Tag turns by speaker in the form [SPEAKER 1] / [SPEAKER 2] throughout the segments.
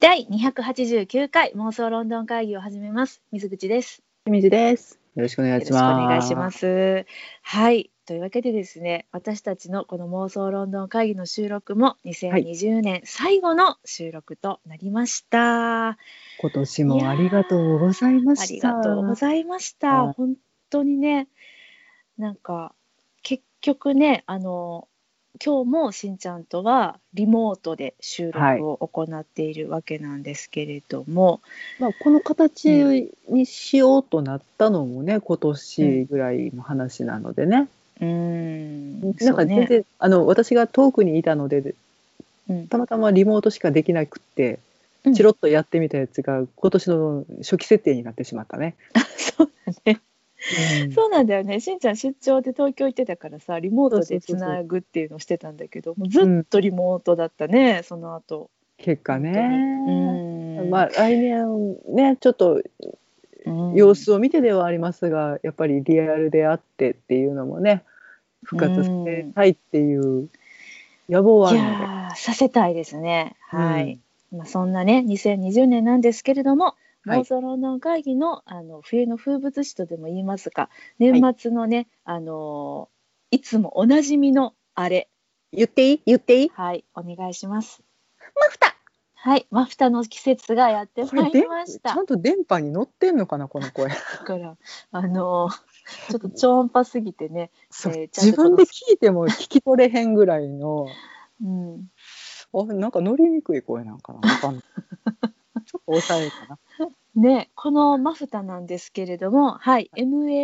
[SPEAKER 1] 第289回妄想ロンドン会議を始めます水口です
[SPEAKER 2] 清水です。
[SPEAKER 3] よろしくお願
[SPEAKER 1] よ
[SPEAKER 3] い
[SPEAKER 1] ろし
[SPEAKER 3] し
[SPEAKER 1] くお
[SPEAKER 3] ます。
[SPEAKER 1] 願いしますはいというわけでですね私たちのこの妄想ロンドン会議の収録も2020年最後の収録となりました、
[SPEAKER 3] 今年もありがとうございま
[SPEAKER 1] あ
[SPEAKER 3] し
[SPEAKER 1] り
[SPEAKER 3] た。
[SPEAKER 1] がとうございました。
[SPEAKER 3] はい
[SPEAKER 1] 本当にね、なんか結局ね、あの今日もしんちゃんとはリモートで収録を行っているわけなんですけれども、
[SPEAKER 3] まあこの形にしようとなったのもね、今年ぐらいの話なのでね。
[SPEAKER 1] うーん、
[SPEAKER 3] なんか全然、
[SPEAKER 1] そうね
[SPEAKER 3] あの私が遠くにいたので、
[SPEAKER 1] うん
[SPEAKER 3] たまたまリモートしかできなくって
[SPEAKER 1] うん、
[SPEAKER 3] チロッとやってみたやつが今年の初期設定になってしまったね。
[SPEAKER 1] そうだね。
[SPEAKER 3] うん
[SPEAKER 1] そうなんだよね。しんちゃん出張で東京行ってたからさ、リモートでつなぐっていうのをしてたんだけど、もうずっとリモートだったね。その後。
[SPEAKER 3] 結果
[SPEAKER 1] う
[SPEAKER 3] ね。
[SPEAKER 1] ーん。
[SPEAKER 3] まあ来年ねちょっと
[SPEAKER 1] うん
[SPEAKER 3] 様子を見てではありますが、やっぱりリアルであってっていうのもね復活してたいっていう野望はあ
[SPEAKER 1] い
[SPEAKER 3] るので、
[SPEAKER 1] やーさせたいですね。はい。
[SPEAKER 3] うん
[SPEAKER 1] まあ、そんなね2020年なんですけれども、
[SPEAKER 3] はい
[SPEAKER 1] 妄想ロンドン会議のあの冬の風物詩とでも言いますか年末のね、い、あのーいつもおなじみのあれ
[SPEAKER 3] 言っていい言っていい
[SPEAKER 1] はいお願いします
[SPEAKER 3] マフタ
[SPEAKER 1] はいマフタの季節がやって
[SPEAKER 3] こ
[SPEAKER 1] ま
[SPEAKER 3] れ
[SPEAKER 1] いり
[SPEAKER 3] 電
[SPEAKER 1] まし
[SPEAKER 3] ち
[SPEAKER 1] た
[SPEAKER 3] ゃんと電波に乗ってんのかなこの声
[SPEAKER 1] だからあのーちょっと超音波すぎてね、
[SPEAKER 3] そう
[SPEAKER 1] えーちゃん
[SPEAKER 3] 自
[SPEAKER 1] とこの
[SPEAKER 3] 分で聞いても聞き取れへんぐらいの
[SPEAKER 1] うん、
[SPEAKER 3] あなんか乗りにくい声なんかなわか んないちょっと抑えるかな
[SPEAKER 1] ね、このマフタなんですけれども、はい、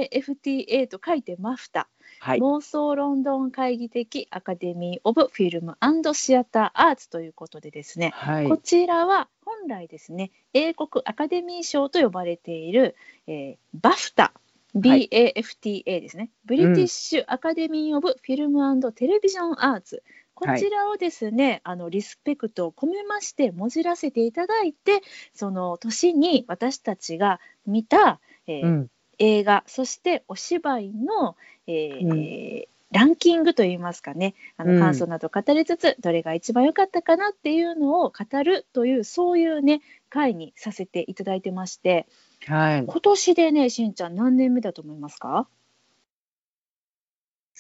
[SPEAKER 1] MAFTA と書いてマフタ
[SPEAKER 3] はい
[SPEAKER 1] 妄想ロンドン会議的アカデミー・オブ・フィルム・シアター・アーツということでですね、
[SPEAKER 3] はい
[SPEAKER 1] こちらは本来ですね英国アカデミー賞と呼ばれている、えー、バフタ BAFTA ですね、ブリティッシュ・アカデミー・オブ・フィルム・テレビジョン・アーツこちらをですね、あのリスペクトを込めましてもじらせていただいてその年に私たちが見た、えー
[SPEAKER 3] うん
[SPEAKER 1] 映画そしてお芝居の、えーランキングといいますかねあ
[SPEAKER 3] う
[SPEAKER 1] の
[SPEAKER 3] ん
[SPEAKER 1] 感想などを語りつつ、どれが一番良かったかなっていうのを語るというそういうね会にさせていただいてまして
[SPEAKER 3] はい
[SPEAKER 1] 今年でねしんちゃん何年目だと思いますか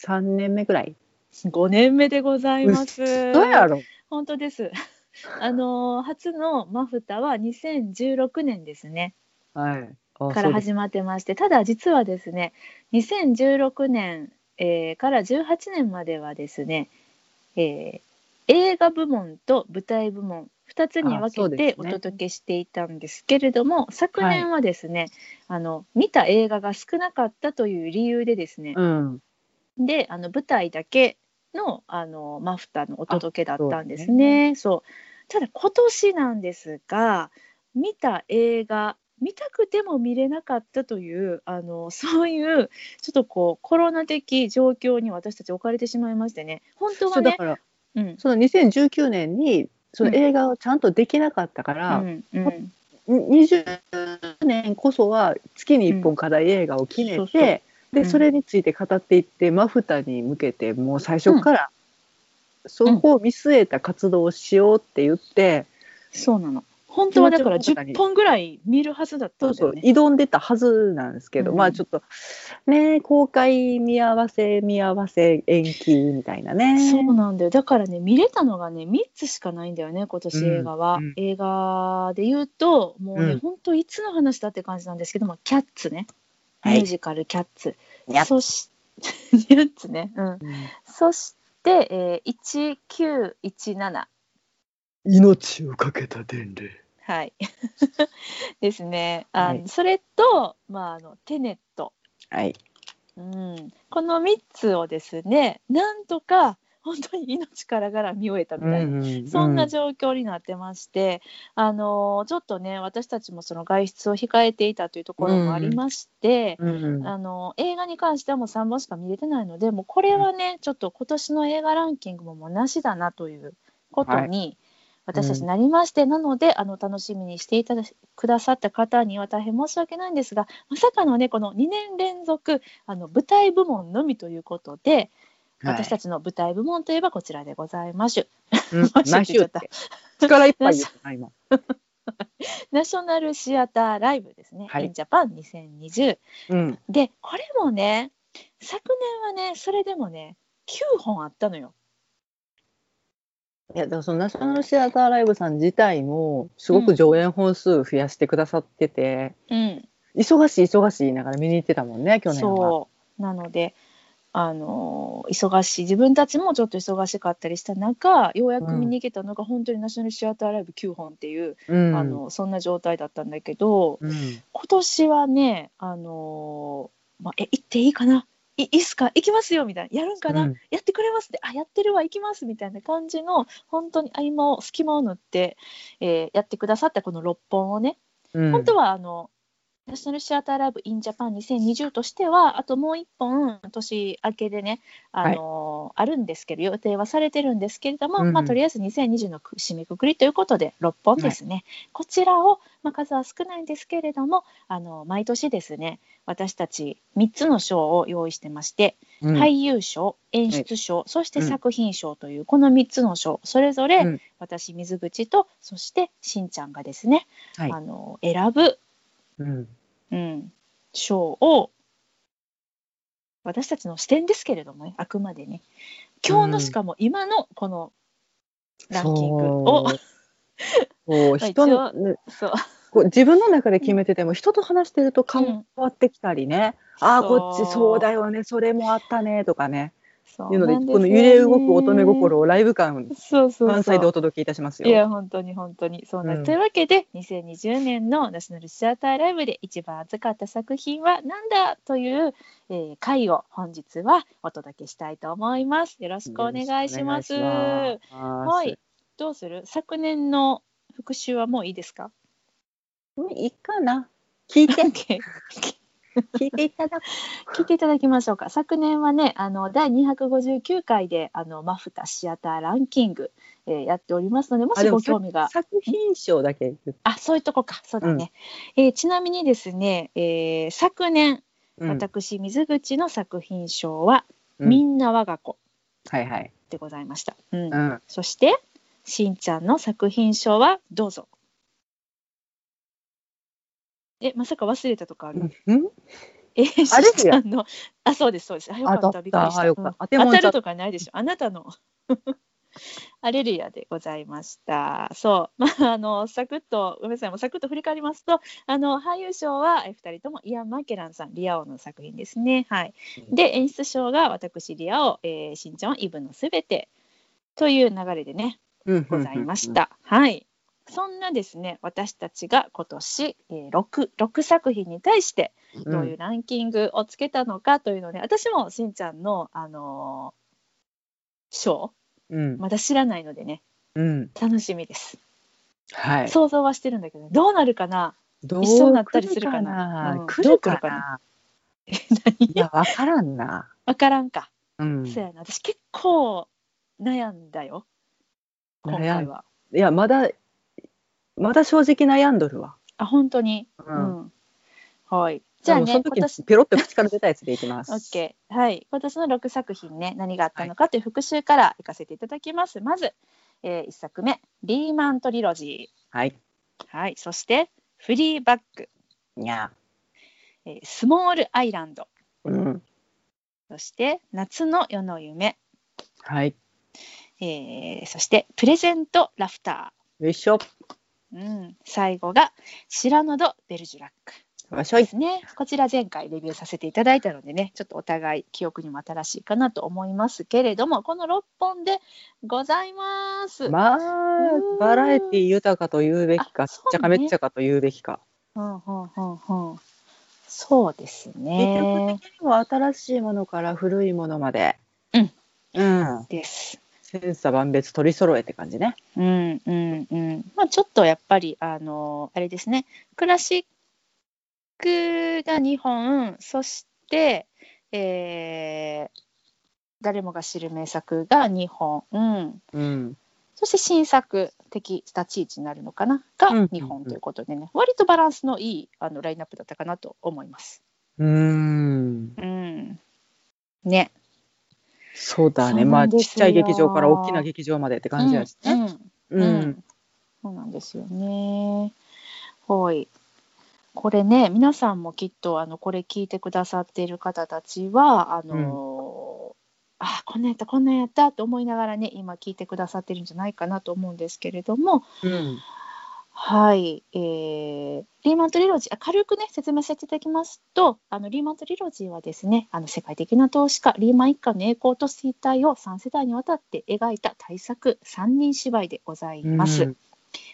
[SPEAKER 3] 3年目ぐらい
[SPEAKER 1] ?5 年目でございます。
[SPEAKER 3] どうやろ
[SPEAKER 1] 本当です。あのー初のマフタは2016年ですね。
[SPEAKER 3] はいあ
[SPEAKER 1] か
[SPEAKER 3] そ
[SPEAKER 1] ら
[SPEAKER 3] うです
[SPEAKER 1] 始まってましてただ実はですね2016年、えーから18年まではですね、えー映画部門と舞台部門2つに
[SPEAKER 3] あそ
[SPEAKER 1] 分
[SPEAKER 3] う
[SPEAKER 1] け
[SPEAKER 3] で
[SPEAKER 1] て
[SPEAKER 3] す
[SPEAKER 1] お
[SPEAKER 3] ね
[SPEAKER 1] 届けしていたんですけれども、昨年はですね、あの見た映画が少なかったという理由でですね、
[SPEAKER 3] うん
[SPEAKER 1] であの舞台だけのあのマフタのお届けだったんです
[SPEAKER 3] あそう
[SPEAKER 1] ね。そうただ今年なんですが見た映画見たくても見れなかったというあの そういうちょっとこうコロナ的状況に私たち置かれてしまいましてね本当
[SPEAKER 3] そ
[SPEAKER 1] は
[SPEAKER 3] うだ
[SPEAKER 1] ね
[SPEAKER 3] から
[SPEAKER 1] うん
[SPEAKER 3] その2019年にその映画をちゃんとできなかったか
[SPEAKER 1] う
[SPEAKER 3] ら、
[SPEAKER 1] んうん
[SPEAKER 3] に20年こそは月に1本課題映画を決めて、
[SPEAKER 1] うんそうそううん
[SPEAKER 3] でそれについて語っていって、マフタに向けてもう最初から、そこを見据えた活動をしようって言って、
[SPEAKER 1] そうなの本当はだから
[SPEAKER 3] 気持ちの中に
[SPEAKER 1] 10本ぐらい見るはずだったんだ
[SPEAKER 3] そう
[SPEAKER 1] よ
[SPEAKER 3] そう
[SPEAKER 1] ね。
[SPEAKER 3] 挑んでたはずなんですけど、
[SPEAKER 1] うん
[SPEAKER 3] まあちょっとね公開見合わせ見合わせ延期みたいなね。
[SPEAKER 1] そうなんだよだからね見れたのがね3つしかないんだよね今年映画は、
[SPEAKER 3] うんうん
[SPEAKER 1] 映画で言うともうね、
[SPEAKER 3] うん
[SPEAKER 1] ほんといつの話だって感じなんですけども「キャッツね」
[SPEAKER 3] はい
[SPEAKER 1] ミュージカル「キャッツ」
[SPEAKER 3] やっ
[SPEAKER 1] そし ニャッツね、うん、そして、えー、1917
[SPEAKER 3] 命をかけた伝令。
[SPEAKER 1] はい ですねあの、
[SPEAKER 3] は
[SPEAKER 1] それと、まあ、あのテネット
[SPEAKER 3] はい。
[SPEAKER 1] うん、この3つをですねなんとか本当に命からがら見終えたみたいな、そんな状況になってまして、あのちょっとね私たちもその外出を控えていたというところもありまして、
[SPEAKER 3] うん
[SPEAKER 1] あの映画に関してはもう3本しか見れてないのでもうこれはね、ちょっと今年の映画ランキングももうなしだなということに私たちなりまして、なのであの楽しみにしていただくださった方には大変申し訳ないんですがまさかのねこの2年連続あの舞台部門のみということで私た
[SPEAKER 3] ち、
[SPEAKER 1] ちの舞台部門といえばこちらでございます。
[SPEAKER 3] はい、
[SPEAKER 1] マシュって言っちゃった
[SPEAKER 3] 力いっぱい言ったな今
[SPEAKER 1] ナショナルシアターライブですね、
[SPEAKER 3] はい
[SPEAKER 1] in Japan 2020。
[SPEAKER 3] うん、
[SPEAKER 1] で、これもね、昨年はね、それでもね、9本あったのよ。
[SPEAKER 3] いやだからそのナショナルシアターライブさん自体もすごく上演本数増やしてくださってて、
[SPEAKER 1] うん、
[SPEAKER 3] 忙しい忙しい言いながら見に行ってたもんね去年は。
[SPEAKER 1] そうなのであのー忙しい自分たちもちょっと忙しかったりした中ようやく見に行けたのが本当にナショナルシアターライブ9本っていう、
[SPEAKER 3] うん
[SPEAKER 1] あのそんな状態だったんだけど
[SPEAKER 3] うん
[SPEAKER 1] 今年はねあのー、まあ、え行っていいかないいいっすか行きますよみたいなやるんかな、
[SPEAKER 3] うん
[SPEAKER 1] やってくれますってあやってるわ行きますみたいな感じの本当に合間を隙間を縫って、えーやってくださったこの6本をね
[SPEAKER 3] うん
[SPEAKER 1] 本当はあのナショナルシアターライブ・イン・ジャパン2020としてはあともう1本年明けでね、あのあるんですけど予定はされてるんですけれども、
[SPEAKER 3] うん
[SPEAKER 1] まあ、とりあえず2020の締めくくりということで6本ですね、こちらを、まあ、数は少ないんですけれどもあの毎年ですね私たち3つの賞を用意してまして、
[SPEAKER 3] うん
[SPEAKER 1] 俳優賞演出賞、そして作品賞というこの3つの賞それぞれ、
[SPEAKER 3] うん
[SPEAKER 1] 私水口とそしてしんちゃんがですね、
[SPEAKER 3] はい
[SPEAKER 1] あの選ぶ
[SPEAKER 3] うん
[SPEAKER 1] うん、賞を私たちの視点ですけれどもねあくまでね今日のしかも今のこのランキングを、
[SPEAKER 3] そうこう
[SPEAKER 1] まあ
[SPEAKER 3] 人のね
[SPEAKER 1] そう
[SPEAKER 3] こう自分の中で決めてても人と話してると変わってきたりね、ああ
[SPEAKER 1] そう
[SPEAKER 3] こっちそうだよねそれもあったねとかね
[SPEAKER 1] そう
[SPEAKER 3] いうので
[SPEAKER 1] なんす
[SPEAKER 3] この
[SPEAKER 1] よね
[SPEAKER 3] 揺れ動く乙女心をライブ感
[SPEAKER 1] そうそうそう
[SPEAKER 3] 満載でお届けいたします
[SPEAKER 1] い
[SPEAKER 3] よ。
[SPEAKER 1] や本当に本当にそうなんです
[SPEAKER 3] うん
[SPEAKER 1] というわけで2020年のナショナルシアターライブで一番熱かった作品はなんだという、えー回を本日はお届けしたいと思います。よろしくお願いします。
[SPEAKER 3] よろしくお願いします
[SPEAKER 1] はい。どうする昨年の復習はもういいですか
[SPEAKER 3] うんいいかな。聞 いて
[SPEAKER 1] OK
[SPEAKER 3] 聞いていただく。
[SPEAKER 1] 聞いていただきましょうか昨年はねあの第259回であのマフタシアターランキング、えーやっておりますのでも
[SPEAKER 3] あ
[SPEAKER 1] し
[SPEAKER 3] でも
[SPEAKER 1] ご興味が
[SPEAKER 3] 作品賞だけ言って。
[SPEAKER 1] あそういうとこかそうだね、えーちなみにですね、えー昨年
[SPEAKER 3] うん
[SPEAKER 1] 私水口の作品賞は「
[SPEAKER 3] うん
[SPEAKER 1] みんな我が子
[SPEAKER 3] はいはい。」
[SPEAKER 1] でございました、うん
[SPEAKER 3] うん。
[SPEAKER 1] そしてしんちゃんの作品賞はどうぞえまさか忘れたとかある、
[SPEAKER 3] うん。
[SPEAKER 1] えしん
[SPEAKER 3] あれ
[SPEAKER 1] ちゃんのあそうですそうですあよか
[SPEAKER 3] 当
[SPEAKER 1] った
[SPEAKER 3] たっ。
[SPEAKER 1] びっくりした
[SPEAKER 3] あよか
[SPEAKER 1] た
[SPEAKER 3] っ、た。当て
[SPEAKER 1] 当
[SPEAKER 3] も
[SPEAKER 1] た
[SPEAKER 3] んち
[SPEAKER 1] る
[SPEAKER 3] ゃっ
[SPEAKER 1] とかないでしょあなたの アレルヤでございましたそう まああのサクッとごめんなさいもうサクッと振り返りますとあの俳優賞はえ2人ともイアン・マケランさんリアオの作品ですねはいで演出賞が私リアオ、えー、しんちゃんはイブのすべてという流れでね
[SPEAKER 3] うん
[SPEAKER 1] ございまし。た。はい。そんなですね、私たちが今年、えー、6, 6作品に対して
[SPEAKER 3] うん
[SPEAKER 1] どういうランキングをつけたのかというので、私もしんちゃんの、あのー賞
[SPEAKER 3] うん。
[SPEAKER 1] まだ知らないのでね
[SPEAKER 3] うん。
[SPEAKER 1] 楽しみです、
[SPEAKER 3] はい。
[SPEAKER 1] 想像はしてるんだけどどうなるかな
[SPEAKER 3] ど
[SPEAKER 1] 一緒になったりするかなうん
[SPEAKER 3] う来るか
[SPEAKER 1] どう来るか
[SPEAKER 3] な。
[SPEAKER 1] 何
[SPEAKER 3] いや、わからんな。
[SPEAKER 1] 分からんか、
[SPEAKER 3] うん。
[SPEAKER 1] そうやな私結構悩んだよ今
[SPEAKER 3] 悩
[SPEAKER 1] 回
[SPEAKER 3] ん
[SPEAKER 1] はい
[SPEAKER 3] や、まだ。まだ正直悩んどるわ。
[SPEAKER 1] あ本当に
[SPEAKER 3] う。
[SPEAKER 1] うんん、はいじゃあ
[SPEAKER 3] で
[SPEAKER 1] ね
[SPEAKER 3] も
[SPEAKER 1] 今
[SPEAKER 3] その
[SPEAKER 1] 年
[SPEAKER 3] 時ペロって口から出たやつでいきます。
[SPEAKER 1] オッケーはい、今年の6作品ね何があったのかという復習からいかせていただきます、まず、え1作目「リーマントリロジ
[SPEAKER 3] はい。
[SPEAKER 1] ー」はい、そして「フリーバック
[SPEAKER 3] にゃ。」
[SPEAKER 1] えースモールアイランド」
[SPEAKER 3] うん。
[SPEAKER 1] そして「夏の夜の夢
[SPEAKER 3] はい。」
[SPEAKER 1] えーそして「プレゼント・ラフタ
[SPEAKER 3] よいしょ。
[SPEAKER 1] ー」うん、最後が「シラノド・ベルジュラック」
[SPEAKER 3] わしょ
[SPEAKER 1] で
[SPEAKER 3] い。
[SPEAKER 1] すね、こちら前回レビューさせていただいたのでねちょっとお互い記憶にも新しいかなと思いますけれどもこの6本でございます。
[SPEAKER 3] まあ
[SPEAKER 1] うーん、
[SPEAKER 3] バラエティ豊かと言うべき
[SPEAKER 1] あ
[SPEAKER 3] か、ち
[SPEAKER 1] そ
[SPEAKER 3] っ
[SPEAKER 1] うね
[SPEAKER 3] ちゃかめっちゃかと言うべきか。
[SPEAKER 1] うんうんうんうん。そうですね。
[SPEAKER 3] 結局的には新しいものから古いものまで。
[SPEAKER 1] うん。
[SPEAKER 3] うん。
[SPEAKER 1] です。
[SPEAKER 3] 千差万別取り揃えって感じね。
[SPEAKER 1] うんうんうん。まあちょっとやっぱりあのあれですね。クラシックが2本、そして、えー誰もが知る名作が2本、うん、
[SPEAKER 3] うん。
[SPEAKER 1] そして新作的立ち位置になるのかなが2本ということでね、割とバランスのいいあのラインナップだったかなと思います。
[SPEAKER 3] うーん。
[SPEAKER 1] うん。ね。
[SPEAKER 3] そうだね。
[SPEAKER 1] そう
[SPEAKER 3] ま
[SPEAKER 1] な
[SPEAKER 3] あ、
[SPEAKER 1] んですよ
[SPEAKER 3] ちっちゃい劇場から大きな劇場までって感じやしね。
[SPEAKER 1] うん、
[SPEAKER 3] う。
[SPEAKER 1] うんんそうなんですよね。はい。これね、皆さんもきっと、あの、これ聞いてくださっている方たちは、あのーあ、こんなんやった、こんなんやったと思いながらね、今聞いてくださってるんじゃないかなと思うんですけれども、
[SPEAKER 3] うん
[SPEAKER 1] はい、えーリーマントリロジー、あ軽くね、説明させていただきますと、あのリーマントリロジーはですね、あの世界的な投資家、リーマン一家の栄光と衰退を3世代にわたって描いた大作、三人芝居でございます。
[SPEAKER 3] うん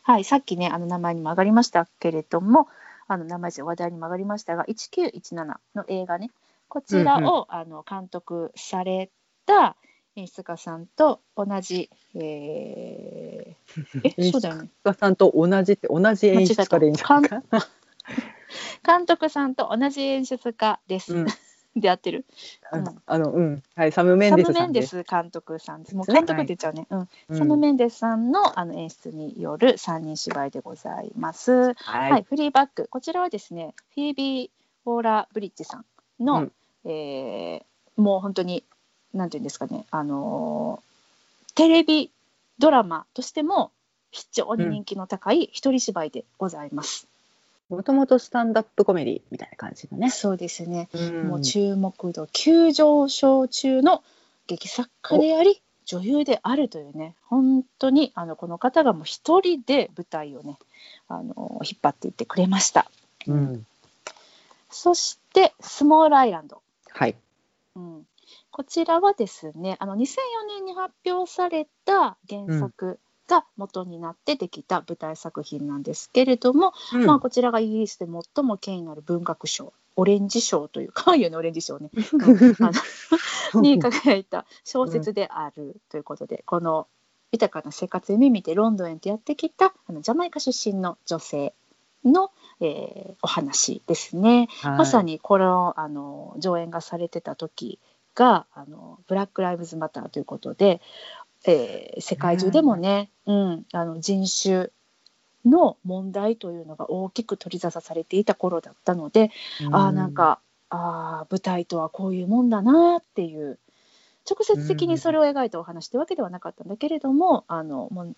[SPEAKER 1] はい、さっきね、あの名前にも上がりましたけれども、あの名前じゃ話題にも上がりましたが、1917の映画ね、こちら
[SPEAKER 3] うんう
[SPEAKER 1] を、あの監督された演出家さんと同じ、えーえ、そうだよね。
[SPEAKER 3] 作家さんと同じって同じ演出家でいいんじゃないか。
[SPEAKER 1] 監督さんと同じ演出家です。
[SPEAKER 3] うん
[SPEAKER 1] で合ってる。
[SPEAKER 3] あ
[SPEAKER 1] ん
[SPEAKER 3] のあのうんはいサムメ
[SPEAKER 1] サ
[SPEAKER 3] ンデ
[SPEAKER 1] ム・
[SPEAKER 3] ス
[SPEAKER 1] メ
[SPEAKER 3] さ
[SPEAKER 1] ン
[SPEAKER 3] ん
[SPEAKER 1] デ
[SPEAKER 3] で
[SPEAKER 1] ス
[SPEAKER 3] す。
[SPEAKER 1] 監督さんです。もう
[SPEAKER 3] ですね
[SPEAKER 1] 監督って言っちゃうね。うん。
[SPEAKER 3] うん
[SPEAKER 1] サム・メンデスさんのあの演出による三人芝居でございます。はい、
[SPEAKER 3] はい。
[SPEAKER 1] フリーバック。こちらはですね、フィービー・フォーラ・ブリッジさんの、えーもう本当になんていうんですかね、あのーテレビドラマとしても非常に人気の高い一人芝居でございます。
[SPEAKER 3] もともとスタンダップコメディみたいな感じのね。
[SPEAKER 1] そうですね。
[SPEAKER 3] うん
[SPEAKER 1] もう注目度急上昇中の劇作家であり女優であるというね本当にあのこの方がもう一人で舞台をねあの引っ張っていってくれました
[SPEAKER 3] うん
[SPEAKER 1] そして「スモールアイランド
[SPEAKER 3] はい。」
[SPEAKER 1] うん、こちらはですねあの2004年に発表された原作が元になってできた舞台作品なんですけれども、
[SPEAKER 3] うん
[SPEAKER 1] まあ、こちらがイギリスで最も権威のある文学賞オレンジ賞という海洋のオレンジ賞 ねあのに輝いた小説であるということで、この豊かな生活を夢見てロンドンへとやってきたあのジャマイカ出身の女性の、えーお話ですね。まさ
[SPEAKER 3] に
[SPEAKER 1] にこれをあの上演がされてた時があのブラック・ライブズ・マターということで、えー世界中でもね、うん、あの人種の問題というのが大きく取り沙汰されていた頃だったので、ああなんかああ舞台とはこういうもんだなっていう直接的にそれを描いたお話というわけではなかったんだけれども、あのもう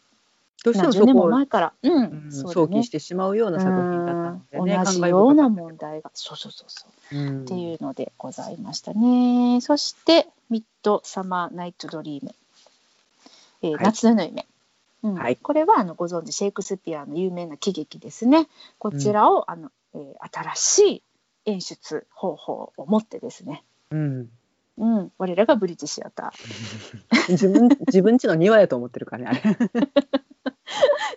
[SPEAKER 3] どうして
[SPEAKER 1] 何
[SPEAKER 3] も
[SPEAKER 1] 十
[SPEAKER 3] そ
[SPEAKER 1] 年
[SPEAKER 3] こ
[SPEAKER 1] も
[SPEAKER 3] を
[SPEAKER 1] 前から、うん
[SPEAKER 3] うん
[SPEAKER 1] そうだ
[SPEAKER 3] 想
[SPEAKER 1] ね
[SPEAKER 3] 起してしまうような作品だったのでね。
[SPEAKER 1] うん同じ
[SPEAKER 3] 感慨深
[SPEAKER 1] よう
[SPEAKER 3] か
[SPEAKER 1] な
[SPEAKER 3] っ
[SPEAKER 1] 問題がそうそうそうそう
[SPEAKER 3] たうん
[SPEAKER 1] っていうのでございましたね。そして、ミッドサマーナイトドリーム、えー
[SPEAKER 3] はい
[SPEAKER 1] 夏の夢。うん
[SPEAKER 3] はい
[SPEAKER 1] これはあのご存知シェイクスピアの有名な喜劇ですね。こちらを、あのえー新しい演出方法を持ってですね、
[SPEAKER 3] うん。
[SPEAKER 1] うん、我らがブリッジシアタ ー
[SPEAKER 3] 自分自分家の庭やと思ってるからね。あれ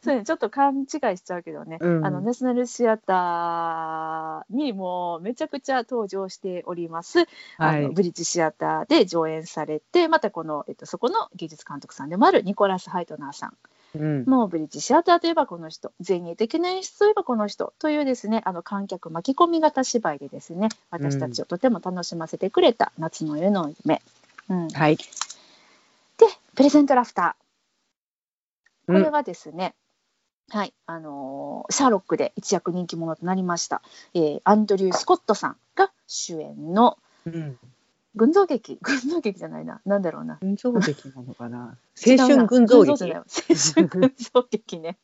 [SPEAKER 1] そう、ね、ちょっと勘違いしちゃうけどね、
[SPEAKER 3] うん
[SPEAKER 1] あのナショナルシアターにもうめちゃくちゃ登場しております
[SPEAKER 3] は
[SPEAKER 1] あ
[SPEAKER 3] い
[SPEAKER 1] の。ブリッジシアターで上演されてまたこの、えっと、そこの技術監督さんでもあるニコラス・ハイトナーさ
[SPEAKER 3] うん
[SPEAKER 1] ん。もうブリッジシアターといえばこの人前衛的な演出といえばこの人というですねあの観客巻き込み型芝居でですね私たちをとても楽しませてくれた夏の夜の夢、うんで
[SPEAKER 3] はい。
[SPEAKER 1] プレゼントラフター
[SPEAKER 3] う
[SPEAKER 1] こ
[SPEAKER 3] ん
[SPEAKER 1] れはですね、はいあのーシャーロックで一躍人気者となりました、えーアンドリュー・スコットさんが主演の
[SPEAKER 3] うん
[SPEAKER 1] 群像劇群像劇じゃないななんだろうな
[SPEAKER 3] 群像劇なのかな。
[SPEAKER 1] 違
[SPEAKER 3] 青
[SPEAKER 1] うな
[SPEAKER 3] 春群像
[SPEAKER 1] 群じゃな
[SPEAKER 3] 劇
[SPEAKER 1] い。わ 青春群像劇ね。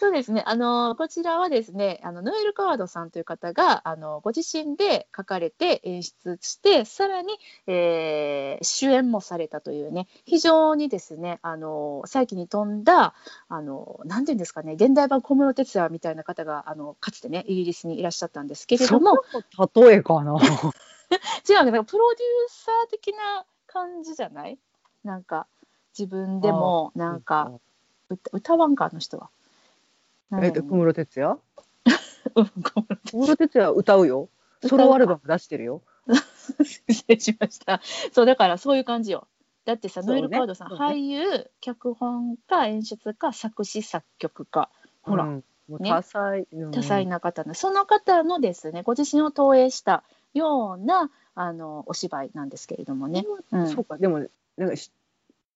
[SPEAKER 1] そうですね。あのこちらはですね、あのノエル・カワードさんという方があのご自身で書かれて演出して、さらに、えー主演もされたというね、非常にですね、あの再起に富んだあのなんていうんですかね、現代版小室哲哉みたいな方があのかつてねイギリスにいらっしゃったんですけれども、
[SPEAKER 3] その例えかな。
[SPEAKER 1] 違うねなんかプロデューサー的な感じじゃない？なんか自分でもなんか。歌歌わんかあの人は。
[SPEAKER 3] えっと、小室哲哉
[SPEAKER 1] うんごめん
[SPEAKER 3] 小室哲哉歌うよ。ソロアルバム出してるよ。
[SPEAKER 1] 失礼しました。そうだからそういう感じよ。だってさ、
[SPEAKER 3] そうね
[SPEAKER 1] ノエル・カードさん、
[SPEAKER 3] そうね
[SPEAKER 1] 俳優、脚本家、演出家、作詞作曲家。ほら、
[SPEAKER 3] うんもう
[SPEAKER 1] ね
[SPEAKER 3] 多彩。うん
[SPEAKER 1] 多彩な方の、その方のですね、ご自身を投影したようなあのお芝居なんですけれどもね。うん、
[SPEAKER 3] そうか、でも、なんかし、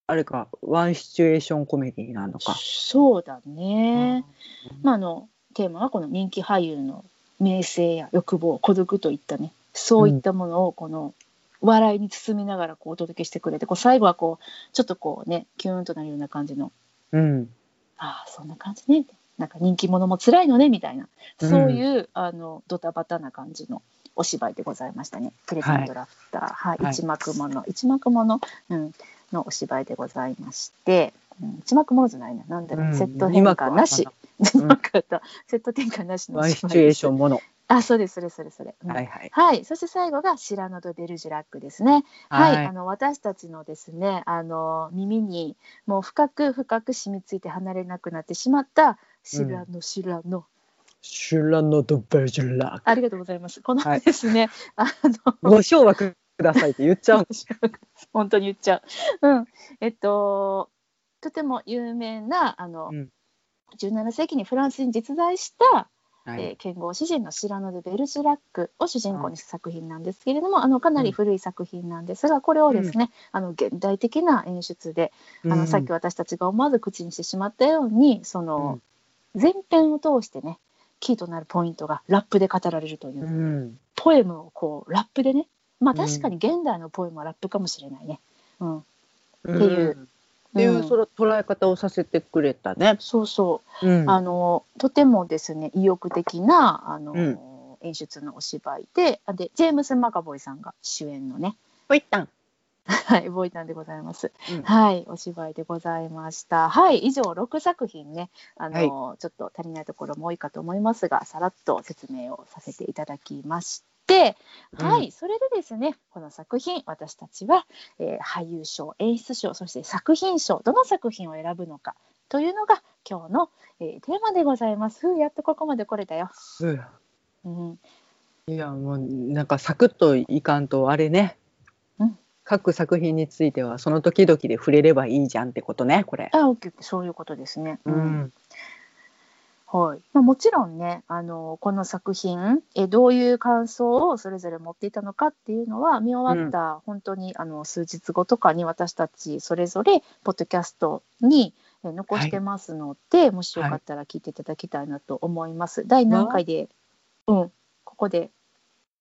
[SPEAKER 3] あれか、ワンシチュエーションコメディなのか。
[SPEAKER 1] そうだね。
[SPEAKER 3] うん
[SPEAKER 1] まあ、あのテーマはこの人気俳優の名声や欲望孤独といったねそういったものをこの笑いに包みながらこうお届けしてくれてこう最後はこうちょっとこうねキューンとなるような感じの
[SPEAKER 3] うん。
[SPEAKER 1] ああそんな感じねなんか人気者も辛いのねみたいな
[SPEAKER 3] うん
[SPEAKER 1] そういう、あのドタバタな感じのお芝居でございましたね。プレゼントラフター、はい
[SPEAKER 3] はい
[SPEAKER 1] 一幕もの一幕もの、うん、のお芝居でございまして、うん、一幕ものじゃないななんだろう、
[SPEAKER 3] うん
[SPEAKER 1] セット変換なし、
[SPEAKER 3] う
[SPEAKER 1] 一
[SPEAKER 3] ん
[SPEAKER 1] 幕とセット転換なしのお
[SPEAKER 3] ワンシ
[SPEAKER 1] 芝居
[SPEAKER 3] チュエ
[SPEAKER 1] で
[SPEAKER 3] ー
[SPEAKER 1] す
[SPEAKER 3] ションもの。
[SPEAKER 1] あそうですそれそれそれ。うん
[SPEAKER 3] はいはい。
[SPEAKER 1] はい、そして最後がシラノ・ド・ベルジュラックですね。はい、あの私たちのですね、あの耳にもう深く深く染みついて離れなくなってしまったシラノ・シラノ。
[SPEAKER 3] シュラノ・ド・ベルジュラック。
[SPEAKER 1] ありがとうございます。この
[SPEAKER 3] はい
[SPEAKER 1] ですね、あの
[SPEAKER 3] ご賞枠くださいって言っ ちゃうんです。
[SPEAKER 1] 本当に言っちゃう。うん、えっととても有名なあの、
[SPEAKER 3] うん
[SPEAKER 1] 17世紀にフランスに実在した、
[SPEAKER 3] は
[SPEAKER 1] えー剣豪詩人のシラノ・デ・ベルジュラックを主人公にした作品なんですけれども、あのかなり古い作品なんですがこれをですね、あの現代的な演出であのさっき私たちが思わず口にしてしまったようにその、前編を通してねキーとなるポイントがラップで語られるというう、
[SPEAKER 3] ん。
[SPEAKER 1] ポエムをこうラップでねまあ
[SPEAKER 3] うん
[SPEAKER 1] 確かに現代のポエムはラップかもしれないね。うん
[SPEAKER 3] って
[SPEAKER 1] ていう
[SPEAKER 3] ってい
[SPEAKER 1] うん
[SPEAKER 3] うその捉え方をさせてくれたね。
[SPEAKER 1] そうそう
[SPEAKER 3] うん
[SPEAKER 1] あのとてもですね意欲的なあの、
[SPEAKER 3] うん
[SPEAKER 1] 演出のお芝居であでジェームス・マカボイさんが主演のね
[SPEAKER 3] ほいったん。
[SPEAKER 1] はいボイタンでございます、
[SPEAKER 3] うん
[SPEAKER 1] はいお芝居でございましたはい以上6作品ねあの、ちょっと足りないところも多いかと思いますがさらっと説明をさせていただきましてはい、それでですねこの作品私たちは、えー俳優賞演出賞そして作品賞どの作品を選ぶのかというのが今日の、えーテーマでございます。ふうやっとここまで来れたよ。
[SPEAKER 3] うん
[SPEAKER 1] うん、
[SPEAKER 3] いやもうなんかサクッといかんとあれね
[SPEAKER 1] うん。
[SPEAKER 3] 各作品についてはその時々で触れればいいじゃんってことねこれ。
[SPEAKER 1] あ、オッケーオッケー、そういうことですね。
[SPEAKER 3] うん。
[SPEAKER 1] はい。まあ、もちろんね、あのこの作品えどういう感想をそれぞれ持っていたのかっていうのは見終わった、本当にあの数日後とかに私たちそれぞれポッドキャストにえ残してますので、もしよかったら聞いていただきたいなと思います。第何回で、うん、ここで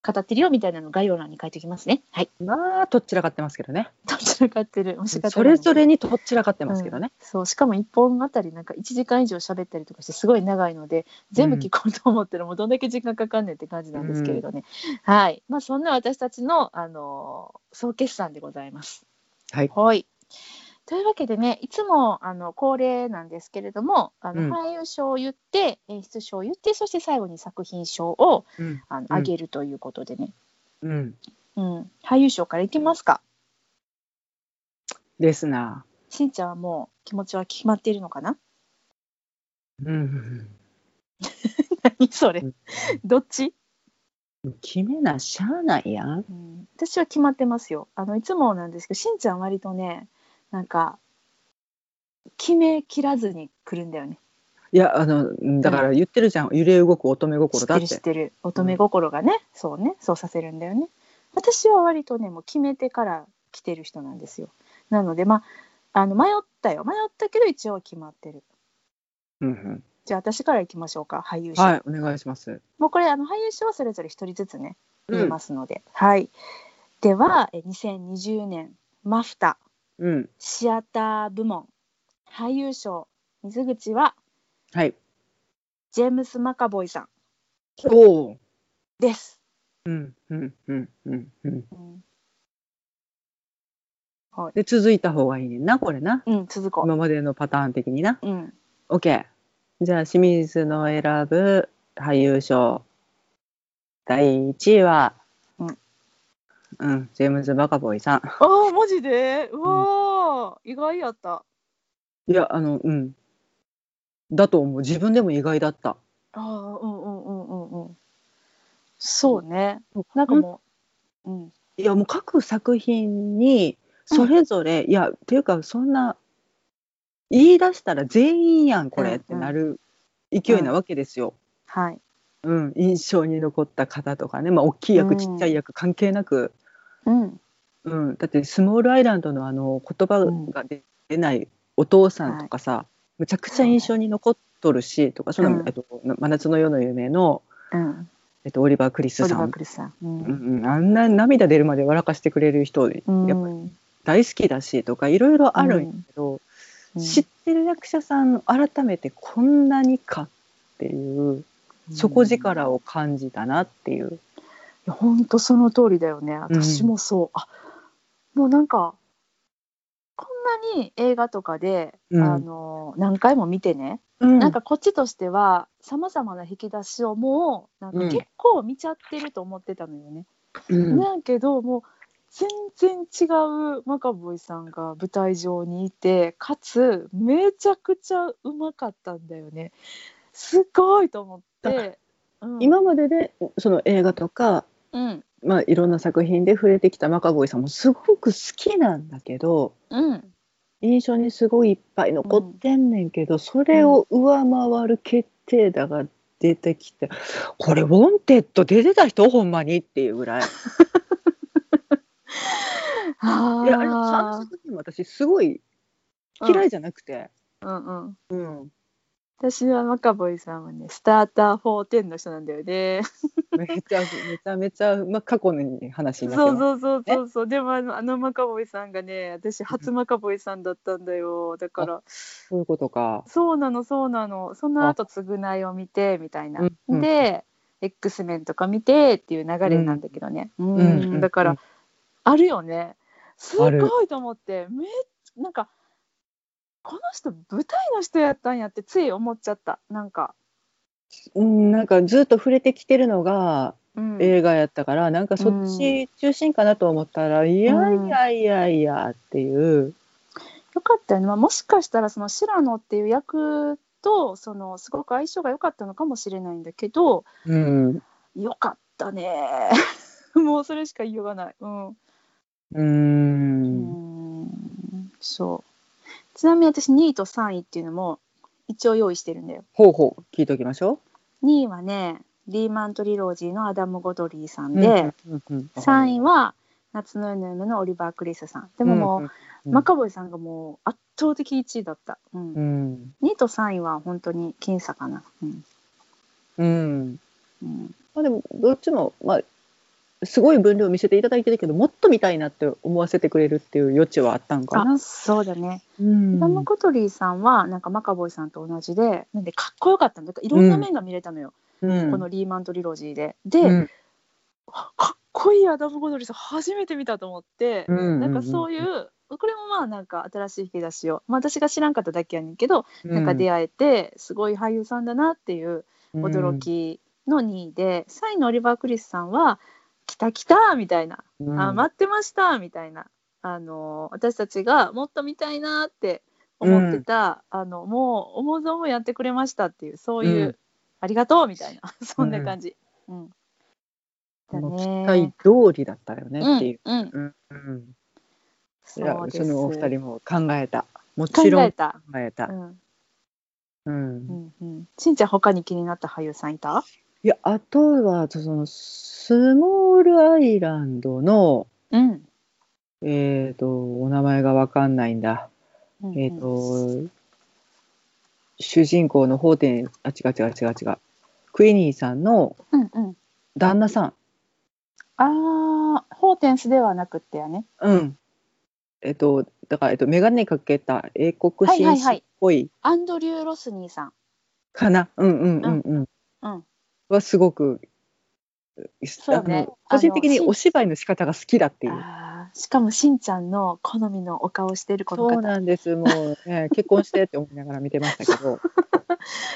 [SPEAKER 1] 語ってるよみたいなの概要欄に書いておきますね。 はい。
[SPEAKER 3] まあとっちらかってますけどね。
[SPEAKER 1] どちらかってる。もしか
[SPEAKER 3] それぞれにとっちらかってますけどね。
[SPEAKER 1] そうしかも1本あたりなんか1時間以上喋ったりとかしてすごい長いので全部聞こうと思ったらもうどんだけ時間かかんねんって感じなんですけれどね、はい、まあ、そんな私たちの、あのー総決算でございます。
[SPEAKER 3] はい
[SPEAKER 1] はいというわけでねいつもあの恒例なんですけれどもあの、
[SPEAKER 3] うん
[SPEAKER 1] 俳優賞を言って演出賞を言ってそして最後に作品賞を
[SPEAKER 3] うん。
[SPEAKER 1] あの
[SPEAKER 3] うん
[SPEAKER 1] あげるということでね、
[SPEAKER 3] うん。
[SPEAKER 1] うん、俳優賞からいきますか
[SPEAKER 3] ですな。
[SPEAKER 1] しんちゃんはもう気持ちは決まっているのかな
[SPEAKER 3] うん。
[SPEAKER 1] 何それ
[SPEAKER 3] うん
[SPEAKER 1] どっち
[SPEAKER 3] 決めなしゃあないやん。
[SPEAKER 1] うん私は決まってますよあのいつもなんですけどしんちゃん割とねなんか決めきらずに来るんだよね
[SPEAKER 3] いやあのだから言ってるじゃん、揺れ動く乙女
[SPEAKER 1] 知
[SPEAKER 3] 心
[SPEAKER 1] っ
[SPEAKER 3] だ
[SPEAKER 1] て
[SPEAKER 3] っ。
[SPEAKER 1] る知っててる乙女心がね、そうねそうさせるんだよね私は割とねもう決めてから来てる人なんですよなのでまああの迷ったよ迷ったけど一応決まってる
[SPEAKER 3] うんうん、
[SPEAKER 1] じゃあ私から行きましょうか俳優賞、
[SPEAKER 3] はいお願いします。。
[SPEAKER 1] もうこれあの俳優賞はそれぞれ一人ずつね言いますすので、はいではえ2020年マフタ
[SPEAKER 3] うん
[SPEAKER 1] シアター部門俳優賞水口は
[SPEAKER 3] はい。
[SPEAKER 1] ジェームス・マカボイさん
[SPEAKER 3] おお。
[SPEAKER 1] です。
[SPEAKER 3] うんうんうんうんうん。
[SPEAKER 1] うん、
[SPEAKER 3] で続いた方がいいねんなこれな。
[SPEAKER 1] うん、続こ
[SPEAKER 3] 今までのパターン的にな。
[SPEAKER 1] う。うん、
[SPEAKER 3] オッケー。じゃあ清水の選ぶ俳優賞第一位は、
[SPEAKER 1] うん、
[SPEAKER 3] うんジェームズバカボーイさん。
[SPEAKER 1] ああ、マジでうわー、意外やった。
[SPEAKER 3] いやあのうんだと思う自分でも意外だった。
[SPEAKER 1] ああ、うんうんうんうんうん。そうね。なんかもう、うん、
[SPEAKER 3] いやもう各作品にそれぞれ、いやっていうかそんな言い出したら全員やんこ
[SPEAKER 1] うん
[SPEAKER 3] れってなる勢いなわけですよ。
[SPEAKER 1] はい。
[SPEAKER 3] うん、印象に残った方とかね、まあ、大きい役、
[SPEAKER 1] うん
[SPEAKER 3] ちっちゃい役関係なく、
[SPEAKER 1] うん、
[SPEAKER 3] うん、だってスモールアイランドのあの言葉が出出ないお父さんとかさ、むちゃくちゃ印象に残っとるしとかその、
[SPEAKER 1] うん
[SPEAKER 3] えっと、真夏の夜の夢の、
[SPEAKER 1] うん、
[SPEAKER 3] えっと、オリバー・クリス
[SPEAKER 1] オリ
[SPEAKER 3] さ
[SPEAKER 1] バー・
[SPEAKER 3] ん
[SPEAKER 1] ク、リスさん。うん、
[SPEAKER 3] うんうん、あんな涙出るまで笑かしてくれる人、やっぱ
[SPEAKER 1] うん
[SPEAKER 3] 大好きだしとかいろいろあるんやけど、
[SPEAKER 1] うん
[SPEAKER 3] 知ってる役者さんの改めてこんなにかっていう底力を感じたなっていう、
[SPEAKER 1] 本当その通りだよね私もそう、あもうなんかこんなに映画とかで、
[SPEAKER 3] うん
[SPEAKER 1] あの何回も見てね、なんかこっちとしてはさまざまな引き出しをもうなんか
[SPEAKER 3] うん
[SPEAKER 1] 結構見ちゃってると思ってたのよね。
[SPEAKER 3] うん
[SPEAKER 1] なんけどもう全然違うマカボイさんが舞台上にいてかつめちゃくちゃうまかったんだよね。すごいと思って。うん、
[SPEAKER 3] 今まででその映画とか、
[SPEAKER 1] うん
[SPEAKER 3] まあ、いろんな作品で触れてきたマカボイさんもすごく好きなんだけど
[SPEAKER 1] うん
[SPEAKER 3] 印象にすごいいっぱい残ってんねんけど、それを上回る決定打が出てきて、これ「ウォンテッド」出てた人ほんまにっていうぐらい。
[SPEAKER 1] あ
[SPEAKER 3] いやあれあの作品も私すごい嫌いじゃなくて、
[SPEAKER 1] ーうんうん、
[SPEAKER 3] うん
[SPEAKER 1] 私はマカボイさんはねスターター410の人なんだよね。
[SPEAKER 3] めちゃめちゃめちゃ、まあ、過去の話になって
[SPEAKER 1] そう
[SPEAKER 3] ます
[SPEAKER 1] そうそうそうそうでもあのあのマカボイさんがね私初マカボイさんだったんだよだから
[SPEAKER 3] そういうことか。
[SPEAKER 1] そうなのそうなのその後償いを見てみたいな
[SPEAKER 3] うんうん
[SPEAKER 1] で X メンとか見てっていう流れなんだけどねうん
[SPEAKER 3] うん
[SPEAKER 1] だから、あるよねすご
[SPEAKER 3] ある
[SPEAKER 1] いと思ってめなんかこの人舞台の人やったんやってつい思っちゃったなんか、
[SPEAKER 3] うん、なんかずっと触れてきてるのが
[SPEAKER 1] うん、
[SPEAKER 3] 映画やったから、なんかそっち中心かなと思ったら、いやいやいやいやっていう、
[SPEAKER 1] よかったよね、まあ、もしかしたらその白野っていう役とそのすごく相性が良かったのかもしれないんだけど
[SPEAKER 3] うん、
[SPEAKER 1] 良かったね もうそれしか言いようがないうん、う
[SPEAKER 3] う
[SPEAKER 1] ー
[SPEAKER 3] ん、
[SPEAKER 1] ん、そうちなみに私2位と3位っていうのも一応用意してるんだよ
[SPEAKER 3] ほうほう聞いておきましょ
[SPEAKER 1] 2位はねリーマントリロジーのアダム・ゴドリーさん
[SPEAKER 3] う。
[SPEAKER 1] で、
[SPEAKER 3] うんうんうん、
[SPEAKER 1] 3位は夏の夜の夢のオリバー・クリスさんでももう、
[SPEAKER 3] うん
[SPEAKER 1] マカボイさんがもう圧倒的1位だった、うん
[SPEAKER 3] うん、
[SPEAKER 1] 2位と3位は本当に僅差かな。うん
[SPEAKER 3] うん、
[SPEAKER 1] うん、
[SPEAKER 3] まあでもどっちもまあすごい分量見せていただいてるけど、もっと見たいなって思わせてくれるっていう余地はあったんかな。
[SPEAKER 1] あそうだね。
[SPEAKER 3] うん
[SPEAKER 1] ダム・コトリーさんはなんかマカボイさんと同じでなんでかっこよかったんだいろんな面が見れたのよ、
[SPEAKER 3] うん
[SPEAKER 1] このリーマントリロジーで。で、
[SPEAKER 3] うん
[SPEAKER 1] かっこいいアダム・コトリーさん初めて見たと思って、なんかそういう、これもまあなんか新しい引き出しを、まあ、私が知らんかっただけやねんけど、なんか出会えてすごい俳優さんだなっていう驚、きの2位で、3位のオリバー・クリスさんは「来た来た!」みたいな
[SPEAKER 3] うんう
[SPEAKER 1] 「
[SPEAKER 3] ん
[SPEAKER 1] あ待ってました!」みたいな、あの私たちがもっと見たいなって思ってた、あのもう思う存分やってくれましたっていうそういう、
[SPEAKER 3] うん
[SPEAKER 1] ありがとう!」みたいな そんな感じ。うんだ
[SPEAKER 3] もう期
[SPEAKER 1] ね
[SPEAKER 3] 待。通りだったよねっていう。
[SPEAKER 1] うんうん
[SPEAKER 3] うんうんいや
[SPEAKER 1] そうで
[SPEAKER 3] そ
[SPEAKER 1] す
[SPEAKER 3] のお二人も考えた。もち
[SPEAKER 1] 考
[SPEAKER 3] ろん
[SPEAKER 1] えた、
[SPEAKER 3] 考えた
[SPEAKER 1] う。ん
[SPEAKER 3] う
[SPEAKER 1] う
[SPEAKER 3] ん
[SPEAKER 1] んうん、しんちゃん他に気になった俳優さんいた、
[SPEAKER 3] いやあとはそのスモールアイランドの
[SPEAKER 1] うん
[SPEAKER 3] えっ、とお名前がわかんないんだ。
[SPEAKER 1] うん
[SPEAKER 3] えっ、と主人公の法典あ違う違う違う違う。クイニーさんの
[SPEAKER 1] うんうん、
[SPEAKER 3] 旦那さん。
[SPEAKER 1] ああホーテンスではなくってやね
[SPEAKER 3] うん。えっと、だから、えっと、メガネかけた英国紳士っぽい
[SPEAKER 1] アンドリュー・ロスニーさん。
[SPEAKER 3] かな。うんうんうんうん。
[SPEAKER 1] うん、
[SPEAKER 3] はすごく、
[SPEAKER 1] そうね
[SPEAKER 3] あの個人的に
[SPEAKER 1] あの
[SPEAKER 3] お芝居の仕方が好きだっていう。
[SPEAKER 1] あーしかもしんちゃんの好みのお顔してるこの
[SPEAKER 3] そう
[SPEAKER 1] 方
[SPEAKER 3] なんです。もう、 ね、結婚してって思いながら見てましたけど。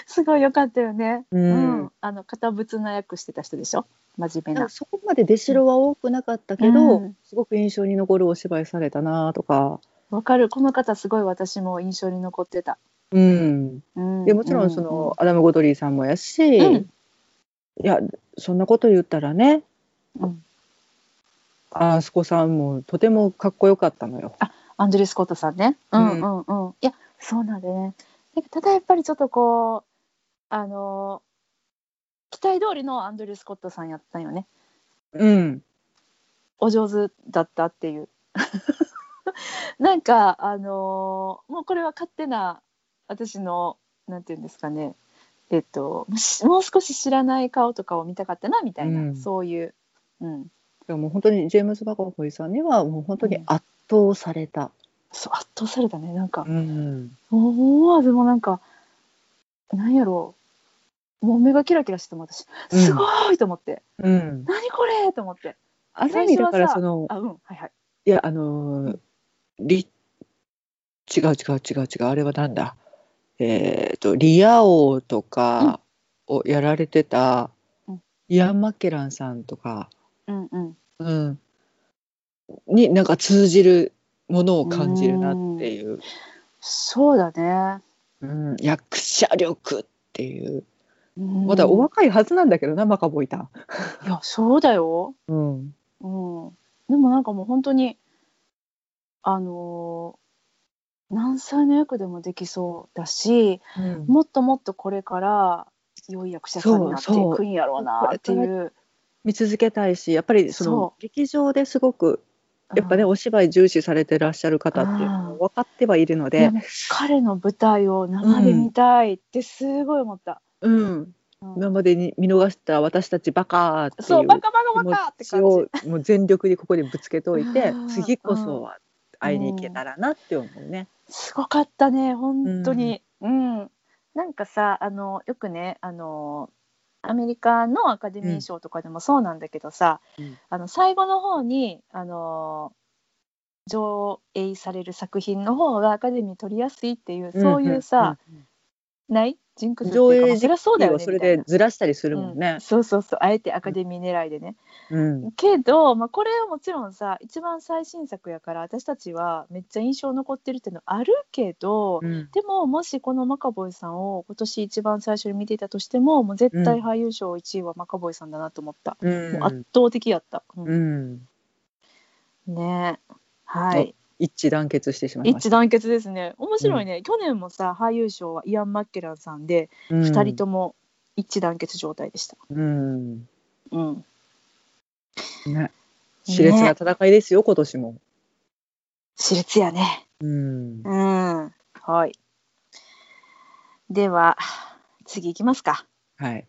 [SPEAKER 1] すごいよかったよね。
[SPEAKER 3] う。
[SPEAKER 1] うんあの堅物な役してた人でしょ真面目
[SPEAKER 3] な
[SPEAKER 1] な
[SPEAKER 3] んか。そこまで出城は多くなかったけど、
[SPEAKER 1] うん
[SPEAKER 3] すごく印象に残るお芝居されたなとか、
[SPEAKER 1] わかるこの方すごい私も印象に残ってた。
[SPEAKER 3] うん、
[SPEAKER 1] うん、
[SPEAKER 3] でもちろんその、アダム・ゴドリーさんもやし、
[SPEAKER 1] うん
[SPEAKER 3] いやそんなこと言ったらね
[SPEAKER 1] うんうん
[SPEAKER 3] あそこさんもとてもかっこよかったのよ。
[SPEAKER 1] アンドレス・コットさんね。う
[SPEAKER 3] うん
[SPEAKER 1] んうんうん。いやそうなんだよね。なんかただやっぱりちょっとこうあの期待通りのアンドレス・コットさんやったんよね。
[SPEAKER 3] うん、
[SPEAKER 1] お上手だったっていう なんかあのーもうこれは勝手な私のなんていうんですかねえっともしもう少し知らない顔とかを見たかったなみたいな、
[SPEAKER 3] うん
[SPEAKER 1] そういう、うん、
[SPEAKER 3] でももう本当にジェームズ・バカホイさんにはもう本当に圧倒された。
[SPEAKER 1] そう圧倒されたねなんか
[SPEAKER 3] うん
[SPEAKER 1] 思わずもうなんかなんやろうもう目がキラキラしてたもん私
[SPEAKER 3] うん
[SPEAKER 1] すごいと思って、
[SPEAKER 3] うん、
[SPEAKER 1] 何これと思って
[SPEAKER 3] ある意
[SPEAKER 1] 最
[SPEAKER 3] 味
[SPEAKER 1] 初
[SPEAKER 3] だ
[SPEAKER 1] はさ
[SPEAKER 3] からその
[SPEAKER 1] あうんはいはい
[SPEAKER 3] いやあのーり違う違う違う違うあれはなんだえっ、とリア王とかをやられてた、
[SPEAKER 1] うん
[SPEAKER 3] イアン・マッケランさんとか、
[SPEAKER 1] うんうん
[SPEAKER 3] うん、になんか通じるものを感じるなっていう、
[SPEAKER 1] そうだね
[SPEAKER 3] うん、役者力っていう
[SPEAKER 1] うん
[SPEAKER 3] まだお若いはずなんだけどなマカボイタン。
[SPEAKER 1] いやそうだよ
[SPEAKER 3] うん
[SPEAKER 1] うん、でもなんかもう本当にあのー何歳の役でもできそうだし
[SPEAKER 3] うん
[SPEAKER 1] もっともっとこれから良い役者さんになってい
[SPEAKER 3] そうそ
[SPEAKER 1] くんやろうなっていう。
[SPEAKER 3] 見続けたいしやっぱりその
[SPEAKER 1] そ
[SPEAKER 3] 劇場ですごくやっぱね、
[SPEAKER 1] うん
[SPEAKER 3] お芝居重視されてらっしゃる方っていうのは分かってはいるの
[SPEAKER 1] いや
[SPEAKER 3] で、
[SPEAKER 1] もう彼の舞台を生で見たいってすごい思った。
[SPEAKER 3] うん、
[SPEAKER 1] うん
[SPEAKER 3] 今までに見逃した私たちバカーって
[SPEAKER 1] そうバカバカバカって
[SPEAKER 3] い
[SPEAKER 1] 感
[SPEAKER 3] う
[SPEAKER 1] じ。
[SPEAKER 3] をもう全力でここでぶつけといて
[SPEAKER 1] うん
[SPEAKER 3] 次こそは会いに行けたらなって思うね。
[SPEAKER 1] すごかったね本当に、うんなんかさあのよくねあのアメリカのアカデミー賞とかでもそうなんだけどさ、
[SPEAKER 3] うん
[SPEAKER 1] あの最後の方にあの上映される作品の方がアカデミー取りやすいっていう、そういうさ、ないジンクスっていう
[SPEAKER 3] 上
[SPEAKER 1] かま
[SPEAKER 3] 映
[SPEAKER 1] あそ
[SPEAKER 3] 時
[SPEAKER 1] りゃ
[SPEAKER 3] 期
[SPEAKER 1] そうだよね
[SPEAKER 3] をそれ
[SPEAKER 1] みたい
[SPEAKER 3] で
[SPEAKER 1] な
[SPEAKER 3] ずらしたりするもん
[SPEAKER 1] う
[SPEAKER 3] ね
[SPEAKER 1] ん。そうそうそうあえてアカデミー狙いでね、
[SPEAKER 3] うん
[SPEAKER 1] けど、まあ、これはもちろんさ一番最新作やから私たちはめっちゃ印象残ってるっていうのあるけど、
[SPEAKER 3] うん
[SPEAKER 1] でももしこのマカボイさんを今年一番最初に見ていたとしてももう絶対俳優賞1位はマカボイさんだなと思った、
[SPEAKER 3] うん
[SPEAKER 1] もう圧倒的やった、うん
[SPEAKER 3] うん
[SPEAKER 1] ねえはい
[SPEAKER 3] 一致団結してしまいまし
[SPEAKER 1] 一致
[SPEAKER 3] た。
[SPEAKER 1] 団結ですね面白いね、去年もさ俳優賞はイアン・マッケランさんで
[SPEAKER 3] 二
[SPEAKER 1] 2人とも一致団結状態でした、
[SPEAKER 3] うん
[SPEAKER 1] うん、
[SPEAKER 3] ね、熾烈な戦いですよ、今年も。
[SPEAKER 1] 熾烈やね
[SPEAKER 3] う
[SPEAKER 1] う。
[SPEAKER 3] ん
[SPEAKER 1] んはいでは次行きますか
[SPEAKER 3] はい。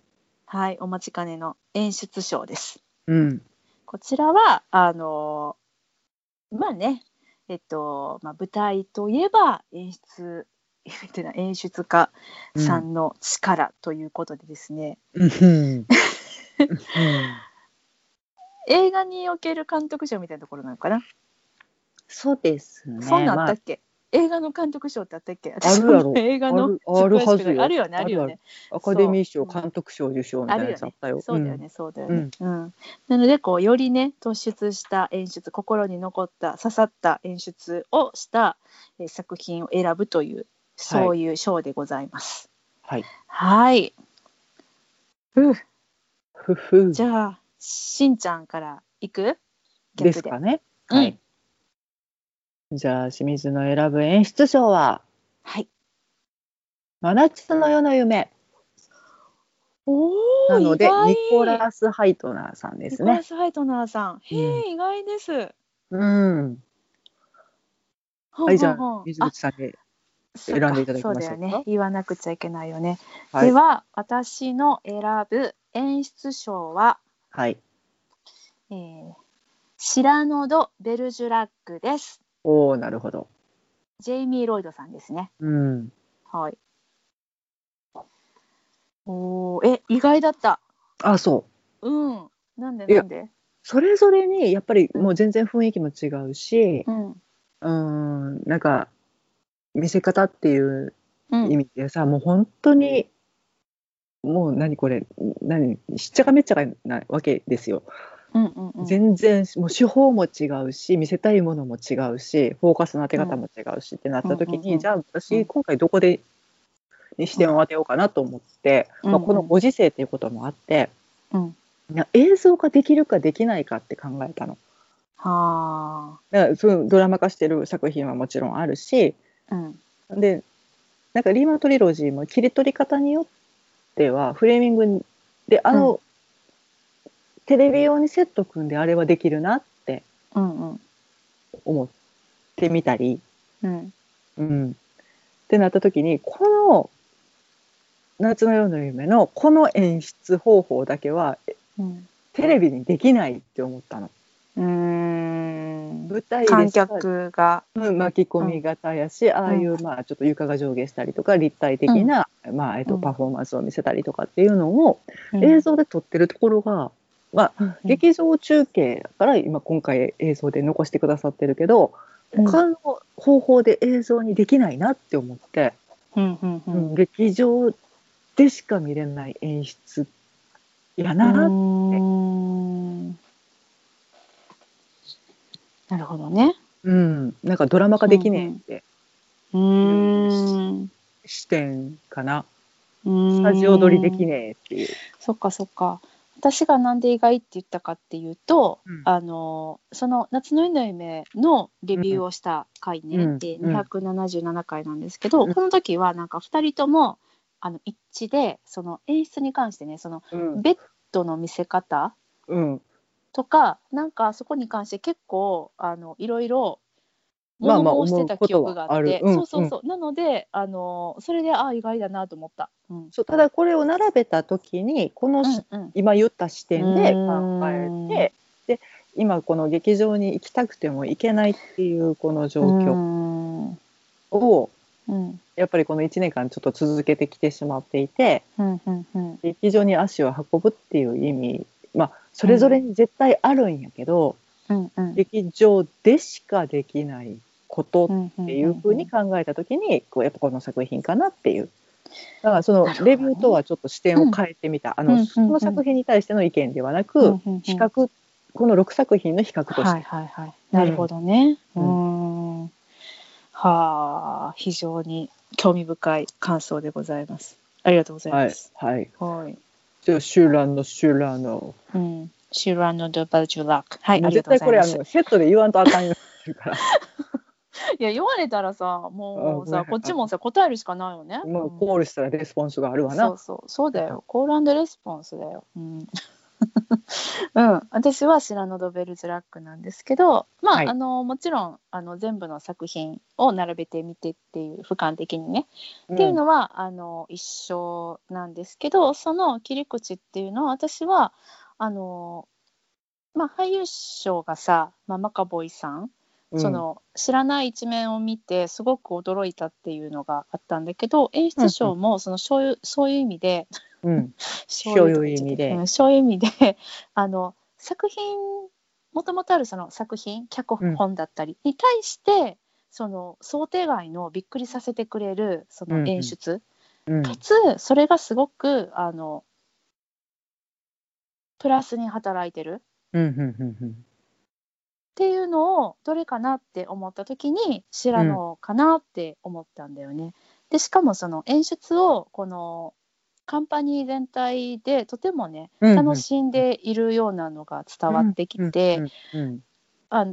[SPEAKER 1] はいお待ちかねの演出賞です
[SPEAKER 3] うん。
[SPEAKER 1] こちらはあのまあねえっと、まあ、舞台といえば演出 ってな演出家さんの力ということでですね、
[SPEAKER 3] うん。うん
[SPEAKER 1] 映画における監督賞みたいなところなのかな、
[SPEAKER 3] そうですね。
[SPEAKER 1] そんなんあった
[SPEAKER 3] ま
[SPEAKER 1] っけ映画の監督賞ってあったっけ
[SPEAKER 3] あるやろ
[SPEAKER 1] 映画の
[SPEAKER 3] あるあるはずよ
[SPEAKER 1] ちょっと詳しくないあるよねあるよね
[SPEAKER 3] あアカデミー賞、
[SPEAKER 1] そう
[SPEAKER 3] 監督賞受賞みたいなやつあったよ。
[SPEAKER 1] そうだよね、そうだよ
[SPEAKER 3] う
[SPEAKER 1] ね
[SPEAKER 3] ん。
[SPEAKER 1] うん。なので、こう、よりね、突出した演出、心に残った、刺さった演出をした、えー作品を選ぶという、そういう賞でございます。
[SPEAKER 3] はい。
[SPEAKER 1] はい。ふう
[SPEAKER 3] ふふ。
[SPEAKER 1] じゃあ、しんちゃんから行く逆
[SPEAKER 3] ですかね。
[SPEAKER 1] うん
[SPEAKER 3] はい。じゃあ、清水の選ぶ演出賞は、
[SPEAKER 1] はい。
[SPEAKER 3] 真夏の夜の夢。
[SPEAKER 1] おお。
[SPEAKER 3] なので、
[SPEAKER 1] 意外
[SPEAKER 3] ニコラス・ハイトナーさんで
[SPEAKER 1] ニ
[SPEAKER 3] す
[SPEAKER 1] コラ
[SPEAKER 3] ね。
[SPEAKER 1] ス・ハイトナーさん。へ
[SPEAKER 3] う
[SPEAKER 1] え、意外です。
[SPEAKER 3] うん。はい、じゃあ、水
[SPEAKER 1] あ
[SPEAKER 3] 口さんで。
[SPEAKER 1] そっ
[SPEAKER 3] 選んでいただきましょうか
[SPEAKER 1] そうだよね。言わなくちゃいけないよね。
[SPEAKER 3] はい
[SPEAKER 1] で。は私の選ぶ演出賞は、
[SPEAKER 3] はい。
[SPEAKER 1] えー、シラノド・ベルジュラックです。
[SPEAKER 3] おおなるほど。
[SPEAKER 1] ジェイミー・ロイドさんですね。
[SPEAKER 3] うん。
[SPEAKER 1] はい。おーえ意外だった。
[SPEAKER 3] あ、そう。
[SPEAKER 1] うん。なんで
[SPEAKER 3] いや
[SPEAKER 1] なんで。
[SPEAKER 3] それぞれにやっぱりもう全然雰囲気も違うし、
[SPEAKER 1] うん。
[SPEAKER 3] うん、なんか見せ方っていう
[SPEAKER 1] う
[SPEAKER 3] 意
[SPEAKER 1] ん。
[SPEAKER 3] 味でさ、もう本当にもう何これ何しっちゃかめっちゃかなわけですよ、
[SPEAKER 1] うんうんうん。
[SPEAKER 3] 全然もう手法も違うし見せたいものも違うしフォーカスの当て方も違うしってなった時に、
[SPEAKER 1] うんうんうん
[SPEAKER 3] じゃあ私今回どこでに視点を当てようかなと思って、
[SPEAKER 1] うん
[SPEAKER 3] まあ、このご時世っていうこともあって、
[SPEAKER 1] うん
[SPEAKER 3] いや映像化できるかできないかって考えたの。
[SPEAKER 1] は
[SPEAKER 3] だからそのドラマ化してる作品はもちろんあるし
[SPEAKER 1] あ。うん。
[SPEAKER 3] でなんかリーマントリロジーも切り取り方によってはフレーミングであの、テレビ用にセット組んであれはできるなって
[SPEAKER 1] うんうん
[SPEAKER 3] 思ってみたり、
[SPEAKER 1] うん。
[SPEAKER 3] うん、ってなった時にこの「夏の夜の夢」のこの演出方法だけは
[SPEAKER 1] うん。
[SPEAKER 3] テレビにできないって思ったの。
[SPEAKER 1] うーん。
[SPEAKER 3] 舞台で
[SPEAKER 2] 観
[SPEAKER 3] さ
[SPEAKER 2] 客が。
[SPEAKER 3] うん巻き込み型やし、ああいう、まあ、ちょっと床が上下したりとか立体的な、まあえっ
[SPEAKER 1] う
[SPEAKER 3] と、
[SPEAKER 1] ん
[SPEAKER 3] パフォーマンスを見せたりとかっていうのを
[SPEAKER 1] うん
[SPEAKER 3] 映像で撮ってるところが、まあ、
[SPEAKER 1] うん
[SPEAKER 3] 劇場中継だから今今回映像で残してくださってるけど
[SPEAKER 1] うん
[SPEAKER 3] 他の方法で映像にできないなって思って、
[SPEAKER 1] うんうんう
[SPEAKER 3] うんん劇場でしか見れない演出や
[SPEAKER 1] う
[SPEAKER 3] なって
[SPEAKER 1] ーんなるほどね。
[SPEAKER 3] うん、なんかドラマ化できねえって
[SPEAKER 1] うーん。
[SPEAKER 3] 視点かな、
[SPEAKER 1] ス
[SPEAKER 3] スタジオ撮りできねえっていう。
[SPEAKER 1] そっかそっか。私がなんで意外って言ったかっていうと、
[SPEAKER 3] うん
[SPEAKER 1] あのその「夏の夜の夢」のレビューをした回ね、
[SPEAKER 3] うん
[SPEAKER 1] で
[SPEAKER 3] うん
[SPEAKER 1] 277回なんですけど、
[SPEAKER 3] うん
[SPEAKER 1] この時はなんか2人ともあの一致でその演出に関してねその
[SPEAKER 3] うん
[SPEAKER 1] ベッドの見せ方
[SPEAKER 3] うん
[SPEAKER 1] とかなんかそこに関して結構あのいろいろ
[SPEAKER 3] まあまあ
[SPEAKER 1] 物申してた記憶があって、
[SPEAKER 3] 思うこと
[SPEAKER 1] そうそ
[SPEAKER 3] はあるうん
[SPEAKER 1] うそう、なのであのそれでああ意外だなと思った。うん
[SPEAKER 3] そうただこれを並べた時にこの、
[SPEAKER 1] うんうん
[SPEAKER 3] 今言った視点で考
[SPEAKER 1] うん
[SPEAKER 3] えてで今この劇場に行きたくても行けないっていうこの状況
[SPEAKER 1] うん
[SPEAKER 3] を
[SPEAKER 1] うん
[SPEAKER 3] やっぱりこの1年間ちょっと続けてきてしまっていて
[SPEAKER 1] うんうんうん
[SPEAKER 3] 劇場に足を運ぶっていう意味まあそれぞれに絶対あるんやけど、
[SPEAKER 1] うんうん
[SPEAKER 3] 劇場でしかできないこと
[SPEAKER 1] っ
[SPEAKER 3] っていうふうに考えた時にこうやっぱこの作品かなっていうだからその
[SPEAKER 1] なるほどね
[SPEAKER 3] レビューとはちょっと視点を変えてみた、あ
[SPEAKER 1] うんうん
[SPEAKER 3] のその作品に対しての意見ではなく比較この6作品の比較とし
[SPEAKER 1] はい
[SPEAKER 3] て
[SPEAKER 1] はいはいなるほどねう
[SPEAKER 3] う
[SPEAKER 1] ー
[SPEAKER 3] ん
[SPEAKER 1] んはあ非常に興味深い感想でございますありがとうござい
[SPEAKER 3] は
[SPEAKER 1] ま
[SPEAKER 3] い
[SPEAKER 1] す
[SPEAKER 3] はい
[SPEAKER 1] はい
[SPEAKER 3] じゃあシュラノシュラノ
[SPEAKER 1] うんシュランドバルチュラックはいありが
[SPEAKER 3] 絶
[SPEAKER 1] とう
[SPEAKER 3] 対
[SPEAKER 1] ご
[SPEAKER 3] こ
[SPEAKER 1] ざい
[SPEAKER 3] れ
[SPEAKER 1] ま
[SPEAKER 3] あ
[SPEAKER 1] す
[SPEAKER 3] のセットで言わんとあかんようになってるから
[SPEAKER 1] いや言われたらさもう
[SPEAKER 3] あごめん
[SPEAKER 1] さこっちもさ答えるしかないよね
[SPEAKER 3] まあ
[SPEAKER 1] うん
[SPEAKER 3] コールしたらレスポンスがあるわ
[SPEAKER 1] そ
[SPEAKER 3] な
[SPEAKER 1] うそうそうだよコールレスポンスだようん うん、私は「シラノド・ベルズラック」なんですけど、まあ
[SPEAKER 3] はい
[SPEAKER 1] あのもちろんあの全部の作品を並べてみてっていう俯瞰的にね、っていうのはあの一緒なんですけどその切り口っていうのは私はあの、まあ、俳優賞がさ、まあ、マカボイさん
[SPEAKER 3] うん
[SPEAKER 1] その知らない一面を見てすごく驚いたっていうのがあったんだけど演出賞もそのそういうそういう意味で
[SPEAKER 3] うん
[SPEAKER 1] そう
[SPEAKER 3] そういう意味で
[SPEAKER 1] うんそういう意味で あの作品もともとあるその作品脚本だったりに対して、その想定外のびっくりさせてくれるそ
[SPEAKER 3] うんう
[SPEAKER 1] の
[SPEAKER 3] ん
[SPEAKER 1] 演出、
[SPEAKER 3] うん
[SPEAKER 1] かつそれがすごくあのプラスに働いてる
[SPEAKER 3] うんうんうん
[SPEAKER 1] っていうのをどれかなって思った時にシラノかなって思ったんだよね。でしかもその演出をこのカンパニー全体でとてもね
[SPEAKER 3] うんうん
[SPEAKER 1] 楽しんでいるようなのが伝わってきて、
[SPEAKER 3] うんうん
[SPEAKER 1] あ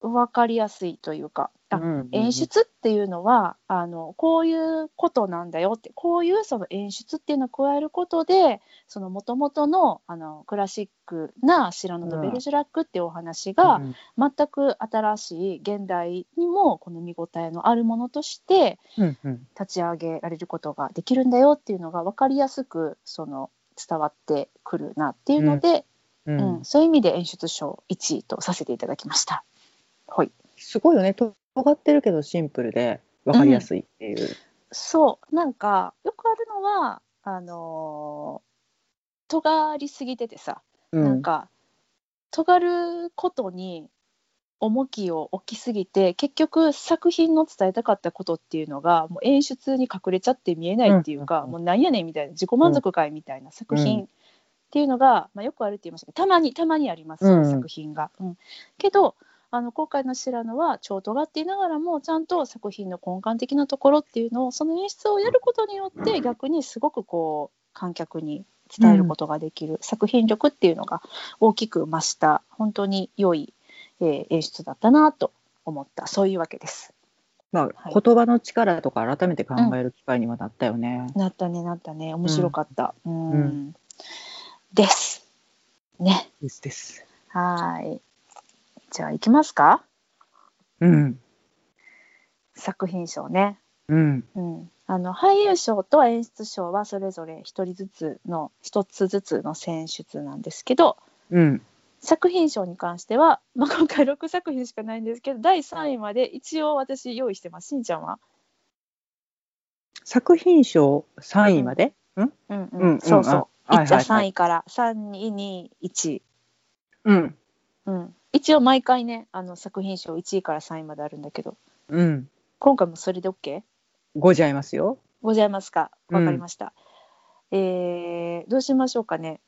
[SPEAKER 1] 分かりやすいというか。あ
[SPEAKER 3] うんうんうん
[SPEAKER 1] 演出っていうのはあのこういうことなんだよってこういうその演出っていうのを加えることでその元々のあのクラシックな白野のベルジュラックっていうお話が、
[SPEAKER 3] うん
[SPEAKER 1] 全く新しい現代にもこの見応えのあるものとして
[SPEAKER 3] うんうん
[SPEAKER 1] 立ち上げられることができるんだよっていうのが分かりやすくその伝わってくるなっていうので、
[SPEAKER 3] う
[SPEAKER 1] うん
[SPEAKER 3] ん
[SPEAKER 1] そういう意味で演出賞1位とさせていただきました。はい、
[SPEAKER 3] すごいよねと尖ってるけどシンプルで分かりやすいっていう、
[SPEAKER 1] そうなんかよくあるのはあのー尖りすぎててさ、
[SPEAKER 3] うん
[SPEAKER 1] なんか尖ることに重きを置きすぎて結局作品の伝えたかったことっていうのがもう演出に隠れちゃって見えないっていうか、
[SPEAKER 3] うん
[SPEAKER 1] もうなんやねんみたいな自己満足会みたいな作
[SPEAKER 3] う
[SPEAKER 1] 品っていうのが、まあ、よくあるって言いましたけどたまにたまにあります、
[SPEAKER 3] うん
[SPEAKER 1] そういう作品が。うん、けどあの今回の「白野」は超尖っていながらもちゃんと作品の根幹的なところっていうのをその演出をやることによって逆にすごくこう観客に伝えることができる、作品力っていうのが大きく増した本当に良い、えー演出だったなと思ったそういうわけです。
[SPEAKER 3] ま
[SPEAKER 1] は
[SPEAKER 3] あ、
[SPEAKER 1] い
[SPEAKER 3] 言葉の力とか改めて考える機会にもなったよね。
[SPEAKER 1] なったねなったね面白かった。うん
[SPEAKER 3] ん
[SPEAKER 1] です。ね。
[SPEAKER 3] ですです。
[SPEAKER 1] はーい。じゃあ行きますか
[SPEAKER 3] うん。
[SPEAKER 1] 作品賞ね。
[SPEAKER 3] うん。
[SPEAKER 1] うん、あの俳優賞と演出賞はそれぞれ一人ずつの一つずつの選出なんですけど、
[SPEAKER 3] うん。
[SPEAKER 1] 作品賞に関しては、 まあ、今回6作品しかないんですけど第3位まで一応私用意してますしんちゃんは
[SPEAKER 3] 作品賞3位まで、
[SPEAKER 1] うん
[SPEAKER 3] うんうん
[SPEAKER 1] そうそう
[SPEAKER 3] あはいはいはい
[SPEAKER 1] 1じゃ3位から3221
[SPEAKER 3] うん、
[SPEAKER 1] うん一応毎回ねあの作品賞1位から3位まであるんだけど
[SPEAKER 3] うん、
[SPEAKER 1] 今回もそれで OK?
[SPEAKER 3] ごじゃいますよ。
[SPEAKER 1] ございますかわかりました、えーどうしましょうかね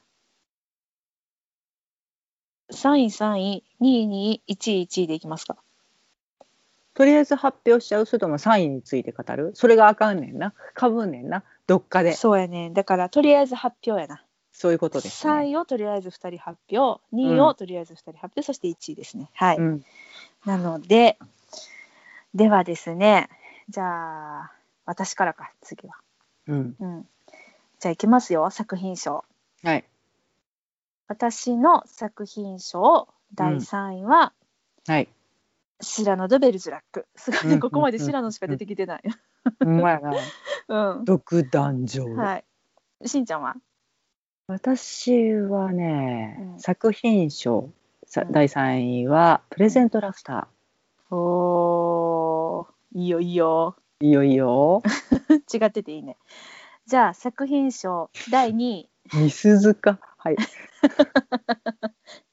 [SPEAKER 1] 3位3位2位2位1位1位でいきますか
[SPEAKER 3] とりあえず発表しちゃうそれとも3位について語るそれがあかんねんなかぶんねんなどっかで
[SPEAKER 1] そうやねだからとりあえず発表やな
[SPEAKER 3] そういうことです、ね。
[SPEAKER 1] 3位をとりあえず2人発表2位をとりあえず2人発表、そして1位ですねはい、
[SPEAKER 3] うん、
[SPEAKER 1] なのでではですねじゃあ私からか次は
[SPEAKER 3] うん、
[SPEAKER 1] うんじゃあいきますよ作品賞
[SPEAKER 3] はい
[SPEAKER 1] 私の作品賞第3位は、
[SPEAKER 3] はい。
[SPEAKER 1] シラノ・ドベルジュラックすごいね、
[SPEAKER 3] うん
[SPEAKER 1] ここまでシラノしか出てきてない、
[SPEAKER 3] ほんまやな
[SPEAKER 1] うん
[SPEAKER 3] 独壇場。
[SPEAKER 1] はいしんちゃんは
[SPEAKER 3] 私はね、
[SPEAKER 1] うん
[SPEAKER 3] 作品賞さ
[SPEAKER 1] うん
[SPEAKER 3] 第3位はプレゼントラフタ
[SPEAKER 1] おーいいよいいよ
[SPEAKER 3] ー。いいよいい よ。
[SPEAKER 1] 違ってていいねじゃあ作品賞第2位
[SPEAKER 3] みすずか。はい、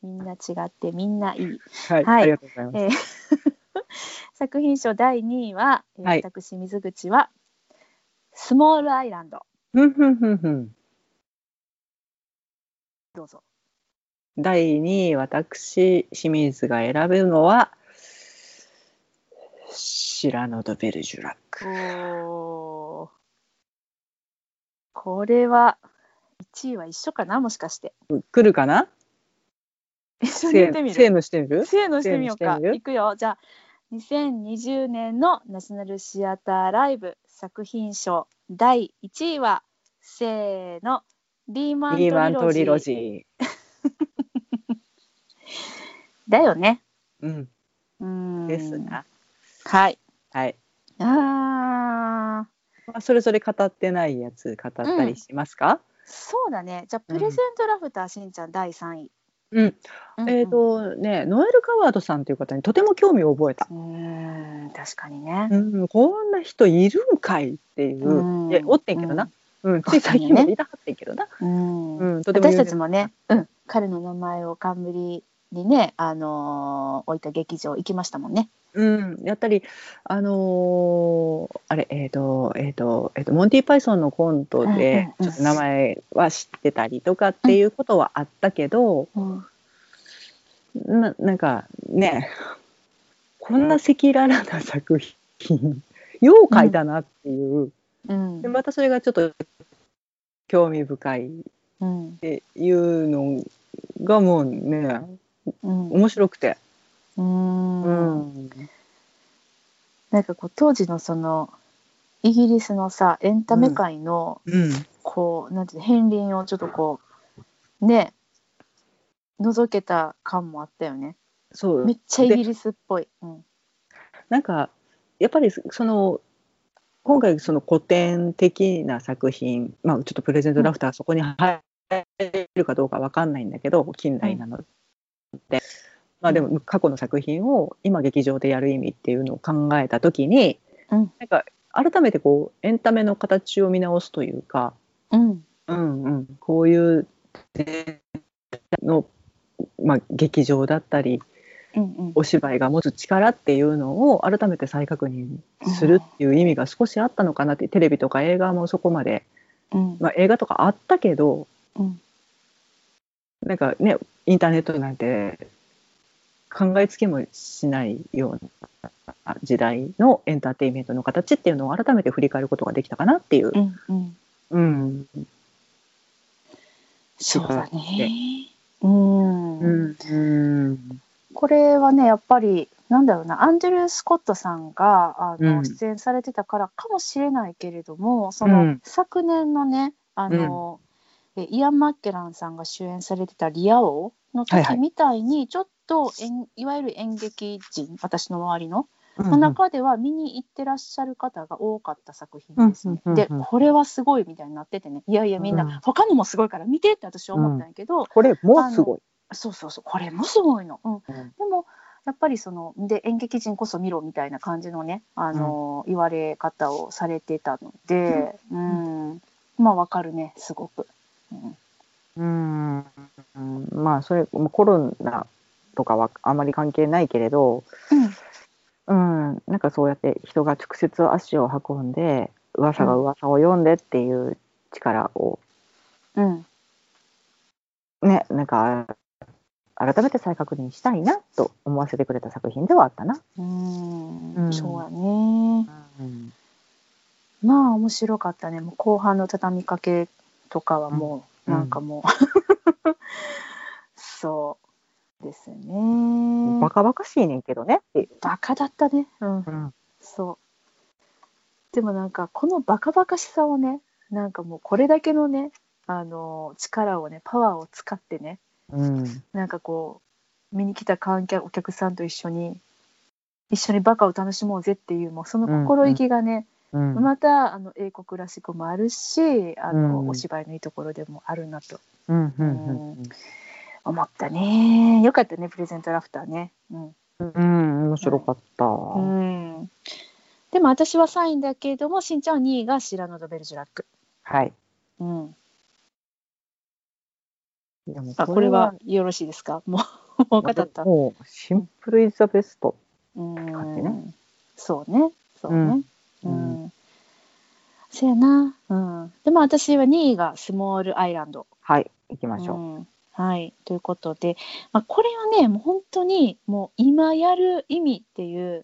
[SPEAKER 1] みんな違ってみんないい。
[SPEAKER 3] はい、
[SPEAKER 1] はい
[SPEAKER 3] ありがとうございます。
[SPEAKER 1] えー作品賞第2位は、えー
[SPEAKER 3] はい
[SPEAKER 1] 私水口は「スモールアイランド
[SPEAKER 3] ふんふんふんふん。」
[SPEAKER 1] どうぞ。
[SPEAKER 3] 第2位私清水が選ぶのはシラノ・ド・ベルジュラック
[SPEAKER 1] おーこれは1位は一緒かなもしかして。
[SPEAKER 3] 来るかな
[SPEAKER 1] 一緒に
[SPEAKER 3] せ
[SPEAKER 1] 言ってみ
[SPEAKER 3] せー
[SPEAKER 1] る。
[SPEAKER 3] のしてみる
[SPEAKER 1] せーのしてみよう
[SPEAKER 3] せーの
[SPEAKER 1] か
[SPEAKER 3] し。てみる
[SPEAKER 1] いくよ。じゃあ2020年のナショナルシアターライブ作品賞第1位はせーのリーマン
[SPEAKER 3] リーマン
[SPEAKER 1] ト
[SPEAKER 3] ト
[SPEAKER 1] リ
[SPEAKER 3] リ
[SPEAKER 1] ロ
[SPEAKER 3] ロ
[SPEAKER 1] ジー
[SPEAKER 3] ジ
[SPEAKER 1] だよね。
[SPEAKER 3] ー、うん、
[SPEAKER 1] うーん
[SPEAKER 3] ですが、
[SPEAKER 1] はい。
[SPEAKER 3] はい、
[SPEAKER 1] ああ、
[SPEAKER 3] まあ、それぞれ語ってないやつ語ったりしますか、
[SPEAKER 1] そうだね。じゃあ、
[SPEAKER 3] うん
[SPEAKER 1] プレゼントラフター、しんちゃん第三位。
[SPEAKER 3] うん
[SPEAKER 1] うん
[SPEAKER 3] えっ、、とねノエル・カワードさんという方にとても興味を覚えた
[SPEAKER 1] う、ん、うーん確かにね。
[SPEAKER 3] うん、こんな人いるんかいっていう、
[SPEAKER 1] うん
[SPEAKER 3] いやおってんけどな、うんつい最近までいたはってんけどな、
[SPEAKER 1] うん。
[SPEAKER 3] うん、とても
[SPEAKER 1] 私
[SPEAKER 3] 有名
[SPEAKER 1] たちもね、うん、彼の名前を冠にね、あのー置いた劇場行きましたもんね。
[SPEAKER 3] うん、やったり、あのーあれ、えっ、と、えっ、と、えっ、と、モンティ・パイソンのコントで、
[SPEAKER 1] うんうんうん
[SPEAKER 3] ちょっと名前は知ってたりとかっていうことはあったけど、
[SPEAKER 1] うん、
[SPEAKER 3] ななんかね、こんな赤裸々な作品、よう書いたなっていう、
[SPEAKER 1] うん
[SPEAKER 3] で、またそれがちょっと興味深いっ
[SPEAKER 1] うん、
[SPEAKER 3] ていうのがもうね、
[SPEAKER 1] うん、
[SPEAKER 3] 面白くて。
[SPEAKER 1] う、
[SPEAKER 3] うんん。
[SPEAKER 1] なんかこう当時のそのイギリスのさ、エンタメ界の、
[SPEAKER 3] うん。
[SPEAKER 1] こうなんていうの片鱗をちょっとこうね覗けた感もあったよね
[SPEAKER 3] そう。
[SPEAKER 1] めっちゃイギリスっぽい、うん
[SPEAKER 3] なんかやっぱりそその今回その古典的な作品、まあ、ちょっとプレゼントラフターはそこに入るかどうかわかんないんだけど近代なので、まあ、でも過去の作品を今劇場でやる意味っていうのを考えた時に、
[SPEAKER 1] うん
[SPEAKER 3] なんか改めてこうエンタメの形を見直すというか、
[SPEAKER 1] うん
[SPEAKER 3] うんうん、こういうの、まあ、劇場だったり
[SPEAKER 1] うんうん
[SPEAKER 3] お芝居が持つ力っていうのを改めて再確認するっていう意味が少しあったのかなってテレビとか映画もそこまで、
[SPEAKER 1] うん
[SPEAKER 3] まあ、映画とかあったけど
[SPEAKER 1] うん
[SPEAKER 3] なんかねインターネットなんて考えつきもしないような時代のエンターテインメントの形っていうのを改めて振り返ることができたかなっていう
[SPEAKER 1] う、んうん
[SPEAKER 3] うん
[SPEAKER 1] そうだねうん、
[SPEAKER 3] うんうん
[SPEAKER 1] これはねやっぱりなんだろうなアンドリュー・スコットさんがあの、
[SPEAKER 3] うん
[SPEAKER 1] 出演されてたからかもしれないけれどもその、
[SPEAKER 3] うん
[SPEAKER 1] 昨年のねあの、えイアン・マッケランさんが主演されてた「リア王」の
[SPEAKER 3] はいは
[SPEAKER 1] 時
[SPEAKER 3] い
[SPEAKER 1] みたいにちょっとえんいわゆる演劇人私の周りの
[SPEAKER 3] うん
[SPEAKER 1] の中では見に行ってらっしゃる方が多かった作品ですね。
[SPEAKER 3] うんうんうん
[SPEAKER 1] で
[SPEAKER 3] うん
[SPEAKER 1] これはすごいみたいになっててねいやいやみんな、
[SPEAKER 3] うん
[SPEAKER 1] 他にもすごいから見てって私は思ったんやけど、
[SPEAKER 3] これもうすごい。
[SPEAKER 1] そうそうそうこれもすごいの。うん
[SPEAKER 3] うん
[SPEAKER 1] でもやっぱりそので演劇人こそ見ろみたいな感じのね、あの言われ方をされてたので、うんまあわかるねすごく。うん
[SPEAKER 3] うん、まあそれコロナとかはあまり関係ないけれど、うん、なんかそうやって人が直接足を運んで噂が噂を読んでっていう力を
[SPEAKER 1] うん
[SPEAKER 3] ねなんか改めて再確認したいなと思わせてくれた作品ではあったな。
[SPEAKER 1] うん
[SPEAKER 3] うん
[SPEAKER 1] そうやね。
[SPEAKER 3] うん
[SPEAKER 1] まあ面白かったね。もう後半の畳みかけとかはもう、
[SPEAKER 3] うん
[SPEAKER 1] なんかもう、そうですね。
[SPEAKER 3] バカバカしいねんけどねっていう。
[SPEAKER 1] バカだったね。うん
[SPEAKER 3] うん
[SPEAKER 1] そう。でもなんかこのバカバカしさをね、なんかもうこれだけのね、あの力をね、パワーを使ってね、
[SPEAKER 3] うん
[SPEAKER 1] なんかこう見に来た観客お客さんと一緒に一緒にバカを楽しもうぜっていうもうその心意気がね、
[SPEAKER 3] うん
[SPEAKER 1] またあの英国らしくもあるしあの、
[SPEAKER 3] うん
[SPEAKER 1] お芝居のいいところでもあるなと
[SPEAKER 3] うんうん
[SPEAKER 1] 思ったねよかったねプレゼントラフターねうん、
[SPEAKER 3] うんうん面白かった。
[SPEAKER 1] うん、でも私は3位だけれどもしんちゃんは2位がシラノ・ド・ベルジュラック、
[SPEAKER 3] はい。
[SPEAKER 1] うん、
[SPEAKER 3] でも
[SPEAKER 1] あこれはよろしいですかもうもう語った
[SPEAKER 3] もうシンプルイズザベスト。感じ
[SPEAKER 1] う
[SPEAKER 3] ね
[SPEAKER 1] んそうねそうねう、
[SPEAKER 3] うんん
[SPEAKER 1] そやなうんでも私は2位がスモール・アイランド
[SPEAKER 3] はい、行きましょう。
[SPEAKER 1] うんはい、ということで、まあ、これはねもう本当にもう今やる意味っていう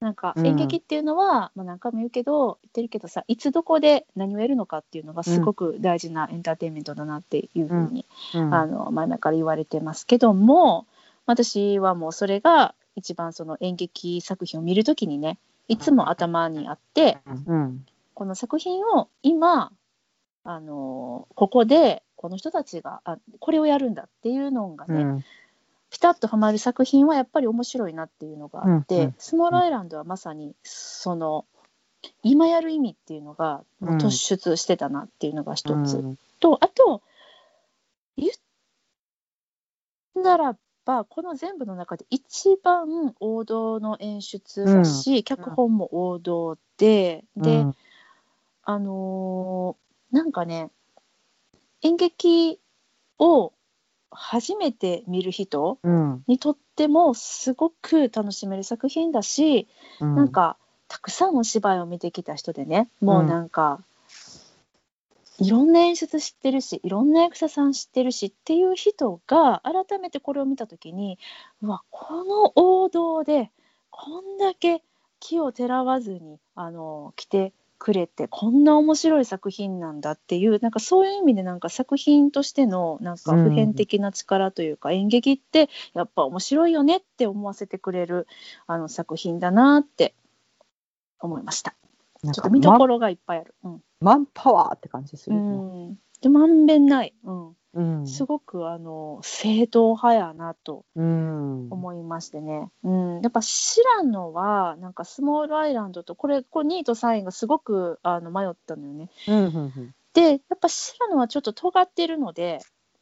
[SPEAKER 1] なんか
[SPEAKER 3] うん
[SPEAKER 1] 演劇っていうのは、まあ、何回も言うけど言ってるけどさいつどこで何をやるのかっていうのがすごく大事なエンターテインメントだなっていうふうに、
[SPEAKER 3] うん
[SPEAKER 1] あの前々から言われてますけども私はもうそれが一番その演劇作品を見るときにねいつも頭にあって、
[SPEAKER 3] うん
[SPEAKER 1] この作品を今あのここでこの人たちがあこれをやるんだっていうのが
[SPEAKER 3] う
[SPEAKER 1] ね、
[SPEAKER 3] ん
[SPEAKER 1] ピタッとはまる作品はやっぱり面白いなっていうのがあって、
[SPEAKER 3] うんうん
[SPEAKER 1] スモールアイランドはまさにその今やる意味っていうのがもう突出してたなっていうのが一つ、
[SPEAKER 3] うん
[SPEAKER 1] とあと言うならばこの全部の中で一番王道の演出だし、脚本も王道で、で、
[SPEAKER 3] うん
[SPEAKER 1] あのーなんかね演劇を初めて見る人
[SPEAKER 3] うん
[SPEAKER 1] にとってもすごく楽しめる作品だし、
[SPEAKER 3] うん
[SPEAKER 1] なんかたくさんお芝居を見てきた人でねもうなんか、いろんな演出知ってるしいろんな役者さん知ってるしっていう人が改めてこれを見た時にうわこの王道でこんだけ木をてらわずにあの来てくれてこんな面白い作品なんだっていうなんかそういう意味でなんか作品としてのなんか普遍的な力というか、演劇ってやっぱ面白いよねって思わせてくれるあの作品だなって思いました。
[SPEAKER 3] なん
[SPEAKER 1] ちょっ
[SPEAKER 3] か
[SPEAKER 1] と見どこ
[SPEAKER 3] マン
[SPEAKER 1] ろがいっぱいある。うん。
[SPEAKER 3] マンパワーって感じす
[SPEAKER 1] う
[SPEAKER 3] るよね。
[SPEAKER 1] ん、でまんべんない。うん。
[SPEAKER 3] うん
[SPEAKER 1] すごくあの正統派やなと
[SPEAKER 3] うん
[SPEAKER 1] 思いましてね。うん。やっぱシラノはなんかスモールアイランドとこれこう2位と3位がすごくあの迷ったのよね。
[SPEAKER 3] うんうん
[SPEAKER 1] でやっぱシラノはちょっと尖ってるので、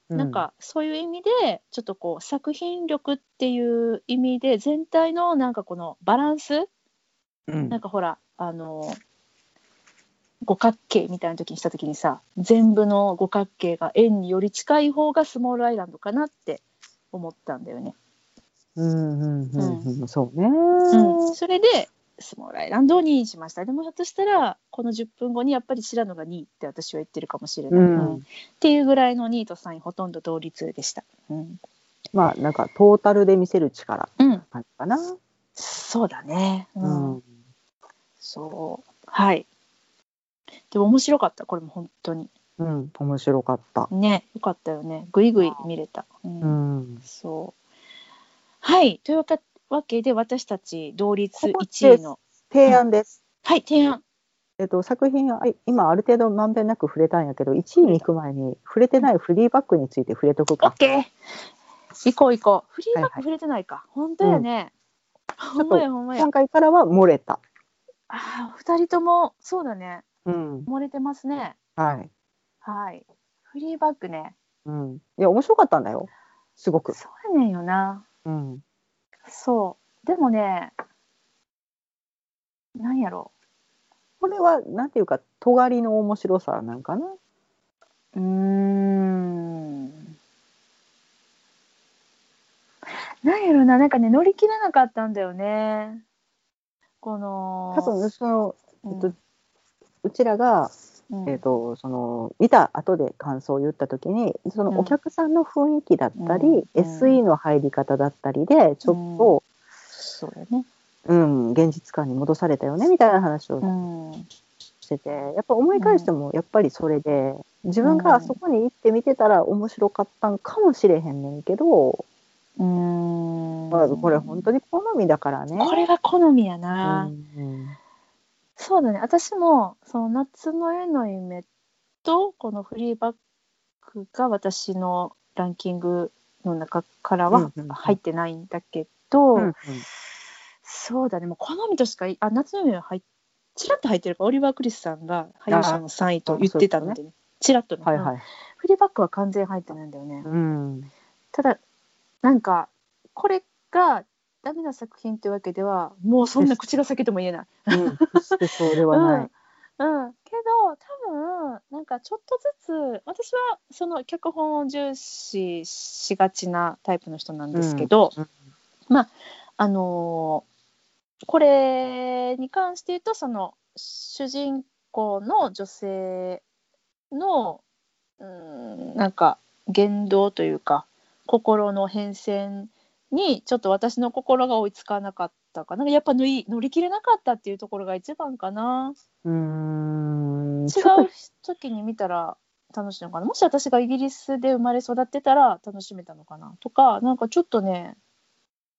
[SPEAKER 3] うん
[SPEAKER 1] なんかそういう意味でちょっとこう作品力っていう意味で全体のなんかこのバランス、
[SPEAKER 3] うん
[SPEAKER 1] なんかほらあの五角形みたいな時にした時にさ全部の五角形が円により近い方がスモールアイランドかなって思ったんだよね。
[SPEAKER 3] うんうんうんうんそうね。
[SPEAKER 1] うん、それでスモールアイランドを2位にしました。でもひょっとしたらこの10分後にやっぱり白野が2位って私は言ってるかもしれない、
[SPEAKER 3] うん
[SPEAKER 1] っていうぐらいの2位と3位ほとんど同率でした。うん、
[SPEAKER 3] まあなんかトータルで見せる力
[SPEAKER 1] うん、
[SPEAKER 3] 感じかな。
[SPEAKER 1] そうだね。
[SPEAKER 3] う
[SPEAKER 1] うん
[SPEAKER 3] ん
[SPEAKER 1] そうはい。でも面白かったこれも本当に。
[SPEAKER 3] うん面白かった。
[SPEAKER 1] ねよかったよねぐいぐい見れた、うん
[SPEAKER 3] うん。
[SPEAKER 1] そうはいというわけで私たち同率
[SPEAKER 3] ここです
[SPEAKER 1] 1位の
[SPEAKER 3] 提案です。
[SPEAKER 1] はい提案
[SPEAKER 3] えっと作品ははい今ある程度まんべんなく触れたんやけど1位に行く前に触れてないフリーバックについて触れとくか。
[SPEAKER 1] OK 行こう行こうフリーバッ
[SPEAKER 3] はいは
[SPEAKER 1] ク
[SPEAKER 3] い
[SPEAKER 1] 触れてないか、本当やね、ほんまやほんまや
[SPEAKER 3] 今回からは漏れた。
[SPEAKER 1] あー二人ともそうだね
[SPEAKER 3] うん。
[SPEAKER 1] 漏れてますね
[SPEAKER 3] はい。
[SPEAKER 1] はいフリーバックね
[SPEAKER 3] うん。いや面白かったんだよ。すごく。
[SPEAKER 1] そうやねんよな。
[SPEAKER 3] うん、
[SPEAKER 1] そう。でもね、なんやろ
[SPEAKER 3] これはなんていうか尖りの面白さなんかな。
[SPEAKER 1] う。うーん。なんやろな、なんかね、乗り切れなかったんだよね。この。
[SPEAKER 3] 多分その、
[SPEAKER 1] うん
[SPEAKER 3] えっと、うちらが、
[SPEAKER 1] うん
[SPEAKER 3] えっと、その見た後で感想を言った時にそのお客さんの雰囲気だったり、
[SPEAKER 1] うんうん
[SPEAKER 3] SE の入り方だったりでちょっと、
[SPEAKER 1] そうだね。
[SPEAKER 3] うん現実感に戻されたよねみたいな話を
[SPEAKER 1] うん。
[SPEAKER 3] してて、やっぱ思い返してもやっぱりそれで自分があそこに行って見てたら面白かったんかもしれへんねんけど、
[SPEAKER 1] うーん。
[SPEAKER 3] まあ、これ本当に好みだからね。
[SPEAKER 1] これは好みやな。
[SPEAKER 3] うん
[SPEAKER 1] そうだね私もその夏の絵の夢とこのフリーバックが私のランキングの中から
[SPEAKER 3] うん
[SPEAKER 1] は
[SPEAKER 3] うんうん
[SPEAKER 1] 入ってないんだけど、
[SPEAKER 3] うんうん
[SPEAKER 1] そうだねもう好みとしかいあ夏の夢は入っちらっと入ってるからオリバー・クリスさんが配偶者の3位と言ってたのでねちらっとね、
[SPEAKER 3] はいはい。
[SPEAKER 1] フリーバックは完全入ってないんだよね、
[SPEAKER 3] うん
[SPEAKER 1] ただなんかこれがダメな作品というわけではもうそんな口が裂けても言えない
[SPEAKER 3] うん、決してそうではない。
[SPEAKER 1] うん、うん、けど多分なんかちょっとずつ私はその脚本を重視しがちなタイプの人なんですけど、
[SPEAKER 3] うん
[SPEAKER 1] あのーこれに関して言うとその主人公の女性のうんなんか言動というか心の変遷にちょっと私の心が追いつかなかったかなやっぱ乗り乗り切れなかったっていうところが一番かな。
[SPEAKER 3] うーん、
[SPEAKER 1] 違
[SPEAKER 3] ちょっ
[SPEAKER 1] う時に見たら楽しいのかなもし私がイギリスで生まれ育ってたら楽しめたのかなとかなんかちょっとね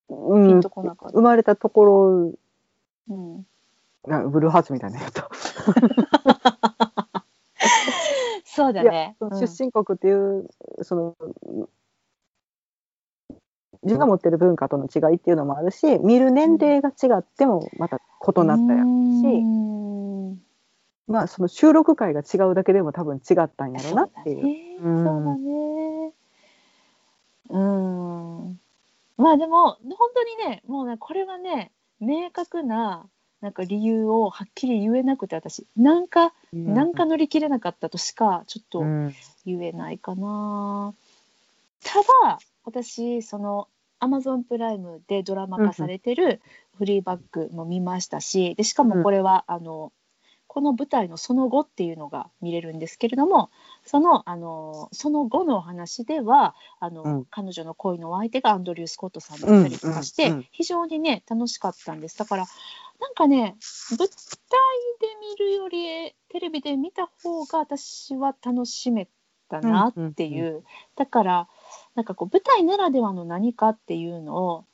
[SPEAKER 3] と、
[SPEAKER 1] ピ
[SPEAKER 3] うん
[SPEAKER 1] ンと、こなかった、
[SPEAKER 3] 生まれたとこ
[SPEAKER 1] うん
[SPEAKER 3] ろなブルーハーツみたいなやつと、
[SPEAKER 1] そうだね、うん
[SPEAKER 3] 出身国っていうその自分が持ってる文化との違いっていうのもあるし見る年齢が違ってもまた異なったや、
[SPEAKER 1] うんーん
[SPEAKER 3] まあその収録回が違うだけでも多分違ったんやろうなっていう。
[SPEAKER 1] そうだねそうだねうんまあでも本当にねもうねこれはね明確ななんか理由をはっきり言えなくて私なんか、なんか乗り切れなかったとしかちょっと、
[SPEAKER 3] うん
[SPEAKER 1] 言えないかなただ私そのアマゾンプライムでドラマ化されてる「フリーバック」も見ましたしでしかもこれは、あのこの舞台のその後っていうのが見れるんですけれどもそのあのその後のお話ではあの、
[SPEAKER 3] うん
[SPEAKER 1] 彼女の恋のお相手がアンドリュー・スコットさんだったりとかして、
[SPEAKER 3] うんうんうん
[SPEAKER 1] 非常にね楽しかったんですだからなんかね舞台で見るよりテレビで見た方が私は楽しめたなっていう,、
[SPEAKER 3] うん
[SPEAKER 1] だからなんかこう舞台ならではの何かっていうのを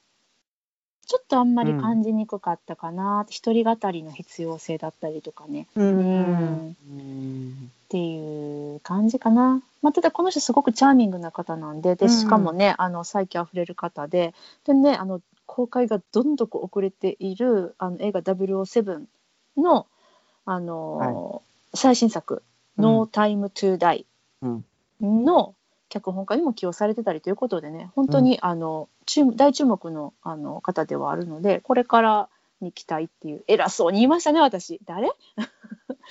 [SPEAKER 1] ちょっとあんまり感じにくかったかな、って一人語りの必要性だったりとかね
[SPEAKER 3] うんうん
[SPEAKER 1] っていう感じかな、まあ、ただこの人すごくチャーミングな方なんで
[SPEAKER 3] う
[SPEAKER 1] で
[SPEAKER 3] ん
[SPEAKER 1] しかもね、あの再起あふれる方ででねあの公開がどんどんこう遅れているあの映画「007」の、あのー最新作「
[SPEAKER 3] うん
[SPEAKER 1] No Time to Die
[SPEAKER 3] うん」
[SPEAKER 1] の脚本家にも起用されてたりということでね本当に、あの注目大注目のあの方ではあるのでこれからに期待っていう偉そうに言いましたね私誰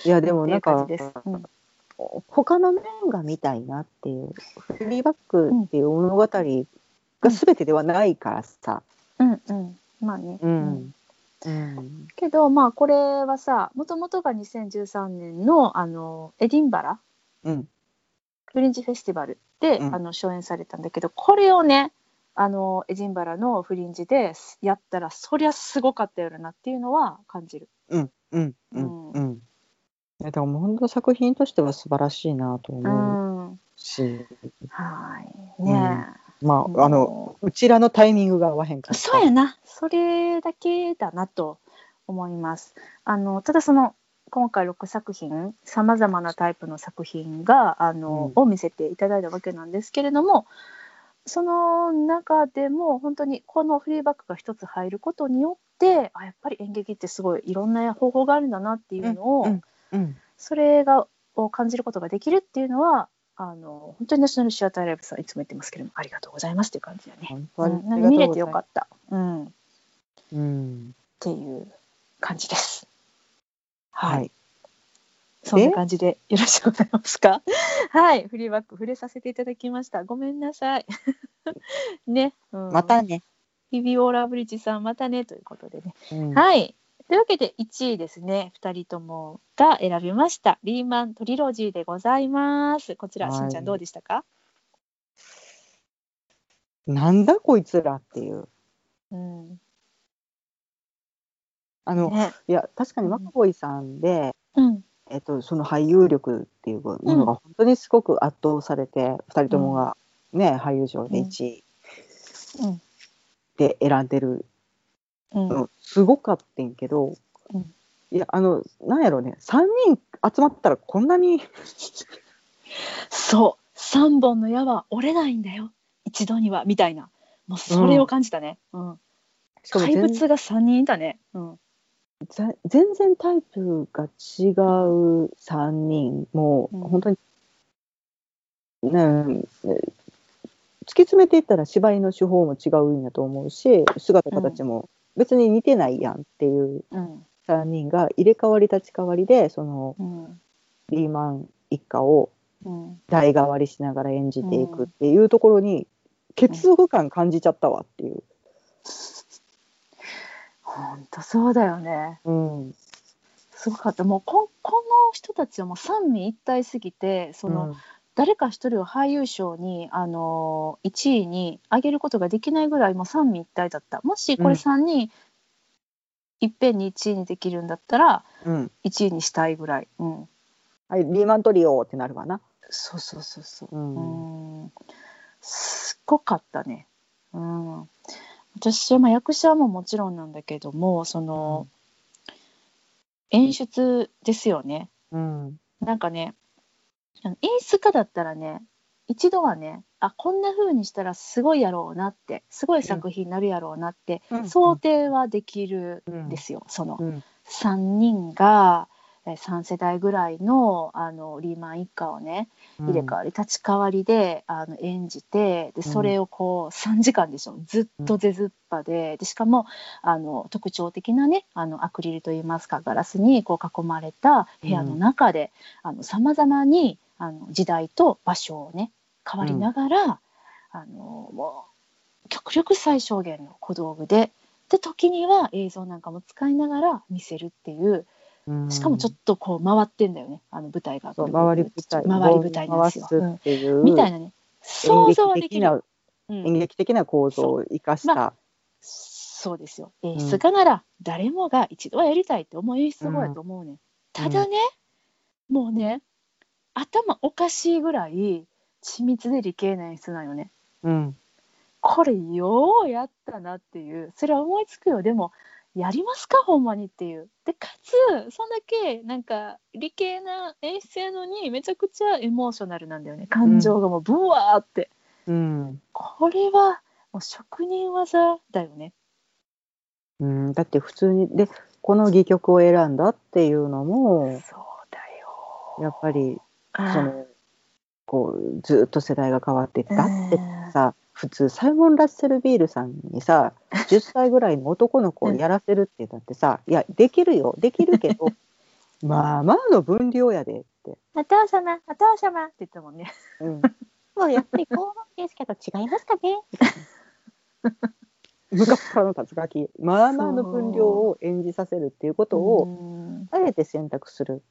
[SPEAKER 3] いやでもなん
[SPEAKER 1] っ
[SPEAKER 3] か
[SPEAKER 1] ていう感じです、うん
[SPEAKER 3] 他の面が見たいなっていうフリーバックっていう物語が全てではないからさ、
[SPEAKER 1] うんうんまあね、
[SPEAKER 3] うんうん
[SPEAKER 1] けどまあこれはさもともとが2013年のあのエディンバラ
[SPEAKER 3] うん
[SPEAKER 1] フリンジフェスティバルで、
[SPEAKER 3] うん
[SPEAKER 1] あの初演されたんだけどこれをねあのエディンバラのフリンジでやったらそりゃすごかったよなっていうのは感じる。
[SPEAKER 3] うんうんうんうんいやでも本当作品としては素晴らしいなと
[SPEAKER 1] う、
[SPEAKER 3] 思うん
[SPEAKER 1] は
[SPEAKER 3] し、
[SPEAKER 1] いね、
[SPEAKER 3] まああの
[SPEAKER 1] も
[SPEAKER 3] うちらのタイミングが合わへんか
[SPEAKER 1] う
[SPEAKER 3] ら
[SPEAKER 1] そうやなそれだけだなと思います。あのただその今回6作品さまざまなタイプの作品があの、を見せていただいたわけなんですけれどもその中でも本当にこのフリーバックが一つ入ることによってあやっぱり演劇ってすごいいろんな方法があるんだなっていうのを、
[SPEAKER 3] うん
[SPEAKER 1] それがを感じることができるっていうのはあの本当にナショナルシアターライブさんいつも言ってますけどもありがとうございますっていう感じだね。
[SPEAKER 3] 本当
[SPEAKER 1] う
[SPEAKER 3] ありが
[SPEAKER 1] ん、
[SPEAKER 3] とうございます
[SPEAKER 1] 見れてよかった、うん、っ
[SPEAKER 3] うん。
[SPEAKER 1] ていう感じです。はい、
[SPEAKER 3] はい。
[SPEAKER 1] そんな感じでよろしくございますか。はい、フリーバック触れさせていただきました。ごめんなさい。 ね、うん
[SPEAKER 3] またね。
[SPEAKER 1] ビビオーラブリッジさんまたねということでね。
[SPEAKER 3] うん
[SPEAKER 1] はい。というわけで1位ですね、2人ともが選びました、リーマントリロジーでございます。こちら、
[SPEAKER 3] はい
[SPEAKER 1] しんちゃん、どうでしたか、
[SPEAKER 3] なんだこいつらっていう。
[SPEAKER 1] うん
[SPEAKER 3] あの、
[SPEAKER 1] ね
[SPEAKER 3] いや、確かにマコイさんで、
[SPEAKER 1] うん
[SPEAKER 3] えっと、その俳優力っていうものが本当にすごく圧倒されて、二人ともが、ね、俳優賞で1位
[SPEAKER 1] うん
[SPEAKER 3] で選んでる
[SPEAKER 1] うん
[SPEAKER 3] の、すごかったんけど、
[SPEAKER 1] うん
[SPEAKER 3] いや、あの、なんやろね、3人集まったらこんなに、
[SPEAKER 1] そう3本の矢は折れないんだよ一度にはみたいなもうそれを感じたね、うん
[SPEAKER 3] しかも
[SPEAKER 1] 怪
[SPEAKER 3] 全
[SPEAKER 1] 物が3人いたね、うん
[SPEAKER 3] ざ全然タイプが違う3人もう
[SPEAKER 1] うん
[SPEAKER 3] 本当に、ねえ突き詰めていったら芝居の手法も違うんやと思うし姿形も別に似てないやんっていう
[SPEAKER 1] うん
[SPEAKER 3] 3人が入れ替わり立ち替わりでその
[SPEAKER 1] うん
[SPEAKER 3] リーマン一家を
[SPEAKER 1] うん、
[SPEAKER 3] 代替わりしながら演じていくっていうところに結束感感じちゃったわっていう。
[SPEAKER 1] 本当そうだよね
[SPEAKER 3] うん
[SPEAKER 1] すごかったもうここの人たちはもう三位一体すぎてその、誰か一人を俳優賞に、あのー、1位に上げることができないぐらいもう三位一体だったもしこ
[SPEAKER 3] うん
[SPEAKER 1] れ3人いっぺんに1位にできるんだったら
[SPEAKER 3] うん
[SPEAKER 1] 1位にしたいぐらい、うん、
[SPEAKER 3] はい、リーマントリオってなるわな。
[SPEAKER 1] そうそうそうそう
[SPEAKER 3] う
[SPEAKER 1] うんんすっごかったね。うん、私はまあ役者ももちろんなんだけどもその演出ですよね。
[SPEAKER 3] うん
[SPEAKER 1] なんかねあの演出家だったらね一度はねあこんな風にしたらすごいやろうなってすごい作品になるやろうなって、
[SPEAKER 3] うん
[SPEAKER 1] 想定はできる
[SPEAKER 3] うん
[SPEAKER 1] んですよ、その
[SPEAKER 3] うん
[SPEAKER 1] 3人が3世代ぐらいのあのリーマン一家をね入れ替わり立ち替わりであの演じてでそれをこう3時間でしょずっと出ずっぱででしかもあの特徴的なねあのアクリルといいますかガラスにこう囲まれた部屋の中でさまざまにあの時代と場所をね変わりながら、あのもう極力最小限の小道具で。で時には映像なんかも使いながら見せるっていう
[SPEAKER 3] うん
[SPEAKER 1] しかもちょっとこう回ってんだよね、あの舞台が。
[SPEAKER 3] そう回り舞台
[SPEAKER 1] 回り舞台なんですよ。
[SPEAKER 3] 回すっていう、
[SPEAKER 1] うんみたいなね、想像はできる。
[SPEAKER 3] 演劇的な
[SPEAKER 1] うん
[SPEAKER 3] 演劇的な構造を生かした、
[SPEAKER 1] そうですよ。演出家なら誰もが一度はやりたいって思いすごいと思うね、ん。ただね、もうね、頭おかしいぐらい緻密で理系な演出なんよね。
[SPEAKER 3] うん
[SPEAKER 1] これようやったなっていうそれは思いつくよでもやりますかほんまにっていうでかつそんだけなんか理系な演出やのにめちゃくちゃエモーショナルなんだよね感情がもうブワーって、
[SPEAKER 3] うん
[SPEAKER 1] これはもう職人技だよね
[SPEAKER 3] うん、だって普通にでこの戯曲を選んだっていうのも
[SPEAKER 1] だ
[SPEAKER 3] やっぱり
[SPEAKER 1] よ
[SPEAKER 3] そのこうずっと世代が変わっていったって
[SPEAKER 1] うん
[SPEAKER 3] さ普通サイモン・ラッセル・ビールさん にさ10歳ぐらいの男の子をやらせるって言ったってさ「いやできるよできるけ どまあまあの分量やで」って。
[SPEAKER 1] お父様お父様って言ったもん ね
[SPEAKER 3] うん
[SPEAKER 2] もうやっぱりこうですけど違いますかね。
[SPEAKER 3] 昔からの立書きまあまあの分量を演じさせるっていうことを
[SPEAKER 1] う
[SPEAKER 3] あえて選択する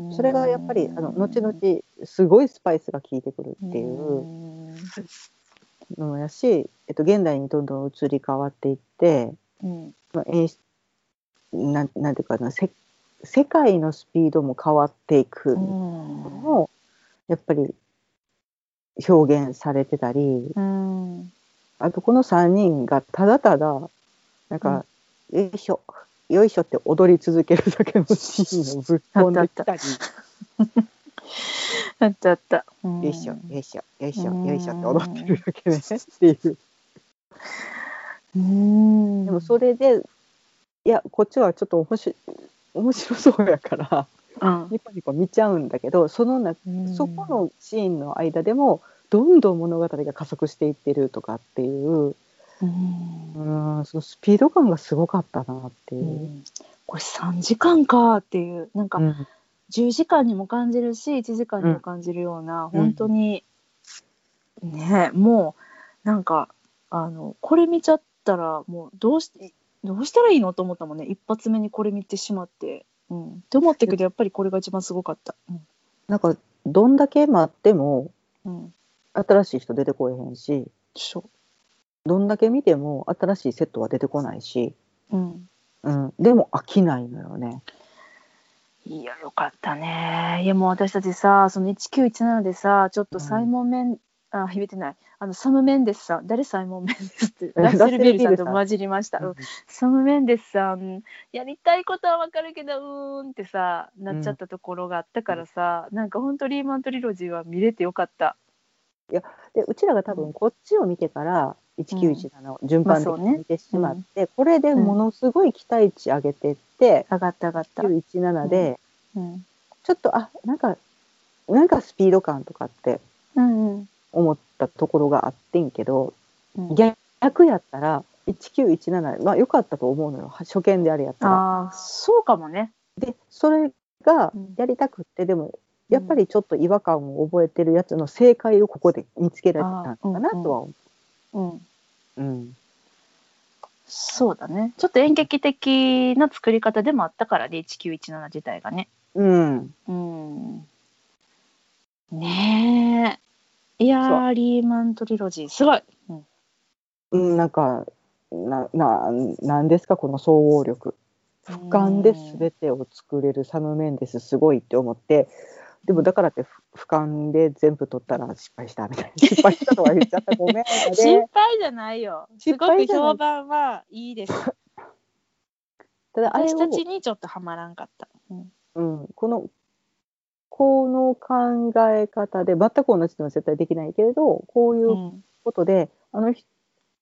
[SPEAKER 1] ん
[SPEAKER 3] それがやっぱりあの後々すごいスパイスが効いてくるっていうのやし、えっと、現代にどんどん移り変わっていって、
[SPEAKER 1] うん
[SPEAKER 3] まあ、演出なんなんていうかなせ世界のスピードも変わっていくの
[SPEAKER 1] うん
[SPEAKER 3] もやっぱり表現されてたり
[SPEAKER 1] うん
[SPEAKER 3] あとこの3人がただただなんか、よいしょよいしょって踊り続けるだけのシーンをぶっ込んできたり
[SPEAKER 1] あったあった。
[SPEAKER 3] よいしょよいしょよいしょ
[SPEAKER 1] うん
[SPEAKER 3] よいしょって踊ってるだけねっていう
[SPEAKER 1] うん。
[SPEAKER 3] でもそれでいやこっちはちょっと面白面白そうやから
[SPEAKER 1] うん
[SPEAKER 3] ニコニコ見ちゃうんだけどそのな
[SPEAKER 1] うん
[SPEAKER 3] そこのシーンの間でもどんどん物語が加速していってるとかっていう
[SPEAKER 1] うん
[SPEAKER 3] うんそのスピード感がすごかったなっていうう。
[SPEAKER 1] んこれ3時間かっていうなんか
[SPEAKER 3] うん
[SPEAKER 1] 10時間にも感じるし1時間にも感じるような、
[SPEAKER 3] うん
[SPEAKER 1] 本当にねもうなんかあのこれ見ちゃったらもうどうしどうしたらいいのと思ったもんね一発目にこれ見てしまって。うん、って思ったけどやっぱりこれが一番すごかった。うん
[SPEAKER 3] なんかどんだけ待っても
[SPEAKER 1] うん、
[SPEAKER 3] 新しい人出てこえへんし
[SPEAKER 1] そ
[SPEAKER 3] どんだけ見ても新しいセットは出てこないし、
[SPEAKER 1] う、うん、
[SPEAKER 3] うん、でも飽きないのよね。
[SPEAKER 1] いやよかったね。いやもう私たちさその1917でさちょっとサイモン・メン、あ響いてないあのサム・メンデスさん誰サイモン・メンデスって
[SPEAKER 3] え
[SPEAKER 1] ラッセル・ビールさんと
[SPEAKER 3] ラッセルビールさん
[SPEAKER 1] 混じりました。うんサム・メンデスさんやりたいことはわかるけどうーんってさなっちゃったところがあったからさ、なんか本当リーマントリロジーは見れてよかった。
[SPEAKER 3] でうちらが多分こっちを見てから1917の順番的に見てしまって、これでものすごい期待値上げてって、
[SPEAKER 1] 上がった上がった。
[SPEAKER 3] 1917で
[SPEAKER 1] うん
[SPEAKER 3] ちょっとあなんかなんかスピード感とかって
[SPEAKER 1] うんうん
[SPEAKER 3] 思ったところがあってんけど
[SPEAKER 1] うん
[SPEAKER 3] 逆やったら1917まあ良かったと思うのよ初見であれやったら。
[SPEAKER 1] ああそうかもね。
[SPEAKER 3] でそれが
[SPEAKER 1] うん
[SPEAKER 3] やりたくってでもやっぱりちょっと違和感を覚えてるやつの正解をここで見つけられたのかなとは思
[SPEAKER 1] うん
[SPEAKER 3] う。うん
[SPEAKER 1] そうだね。ちょっと演劇的な作り方でもあったからね1917自体がね。
[SPEAKER 3] うん
[SPEAKER 1] うん。ねえ。いやーリーマントリロジーすごい。うん
[SPEAKER 3] うん、なんかなななんですかこの総合力俯瞰で全てを作れるサム・メンデスすごいって思ってでもだからってふ俯瞰で全部取ったら失敗したみたいな失敗したとは言っちゃっ たごめんや
[SPEAKER 1] 心
[SPEAKER 3] で
[SPEAKER 1] 配じゃないよ。す
[SPEAKER 3] 失
[SPEAKER 1] ごく
[SPEAKER 3] 敗じゃない
[SPEAKER 1] 評判はい いです。
[SPEAKER 3] ただあれ
[SPEAKER 1] 私
[SPEAKER 3] を
[SPEAKER 1] たちにちょっとはまらんかった。うん
[SPEAKER 3] うん、このこの考え方で全く同じのは絶対できないけれどこういううんことで、あのひ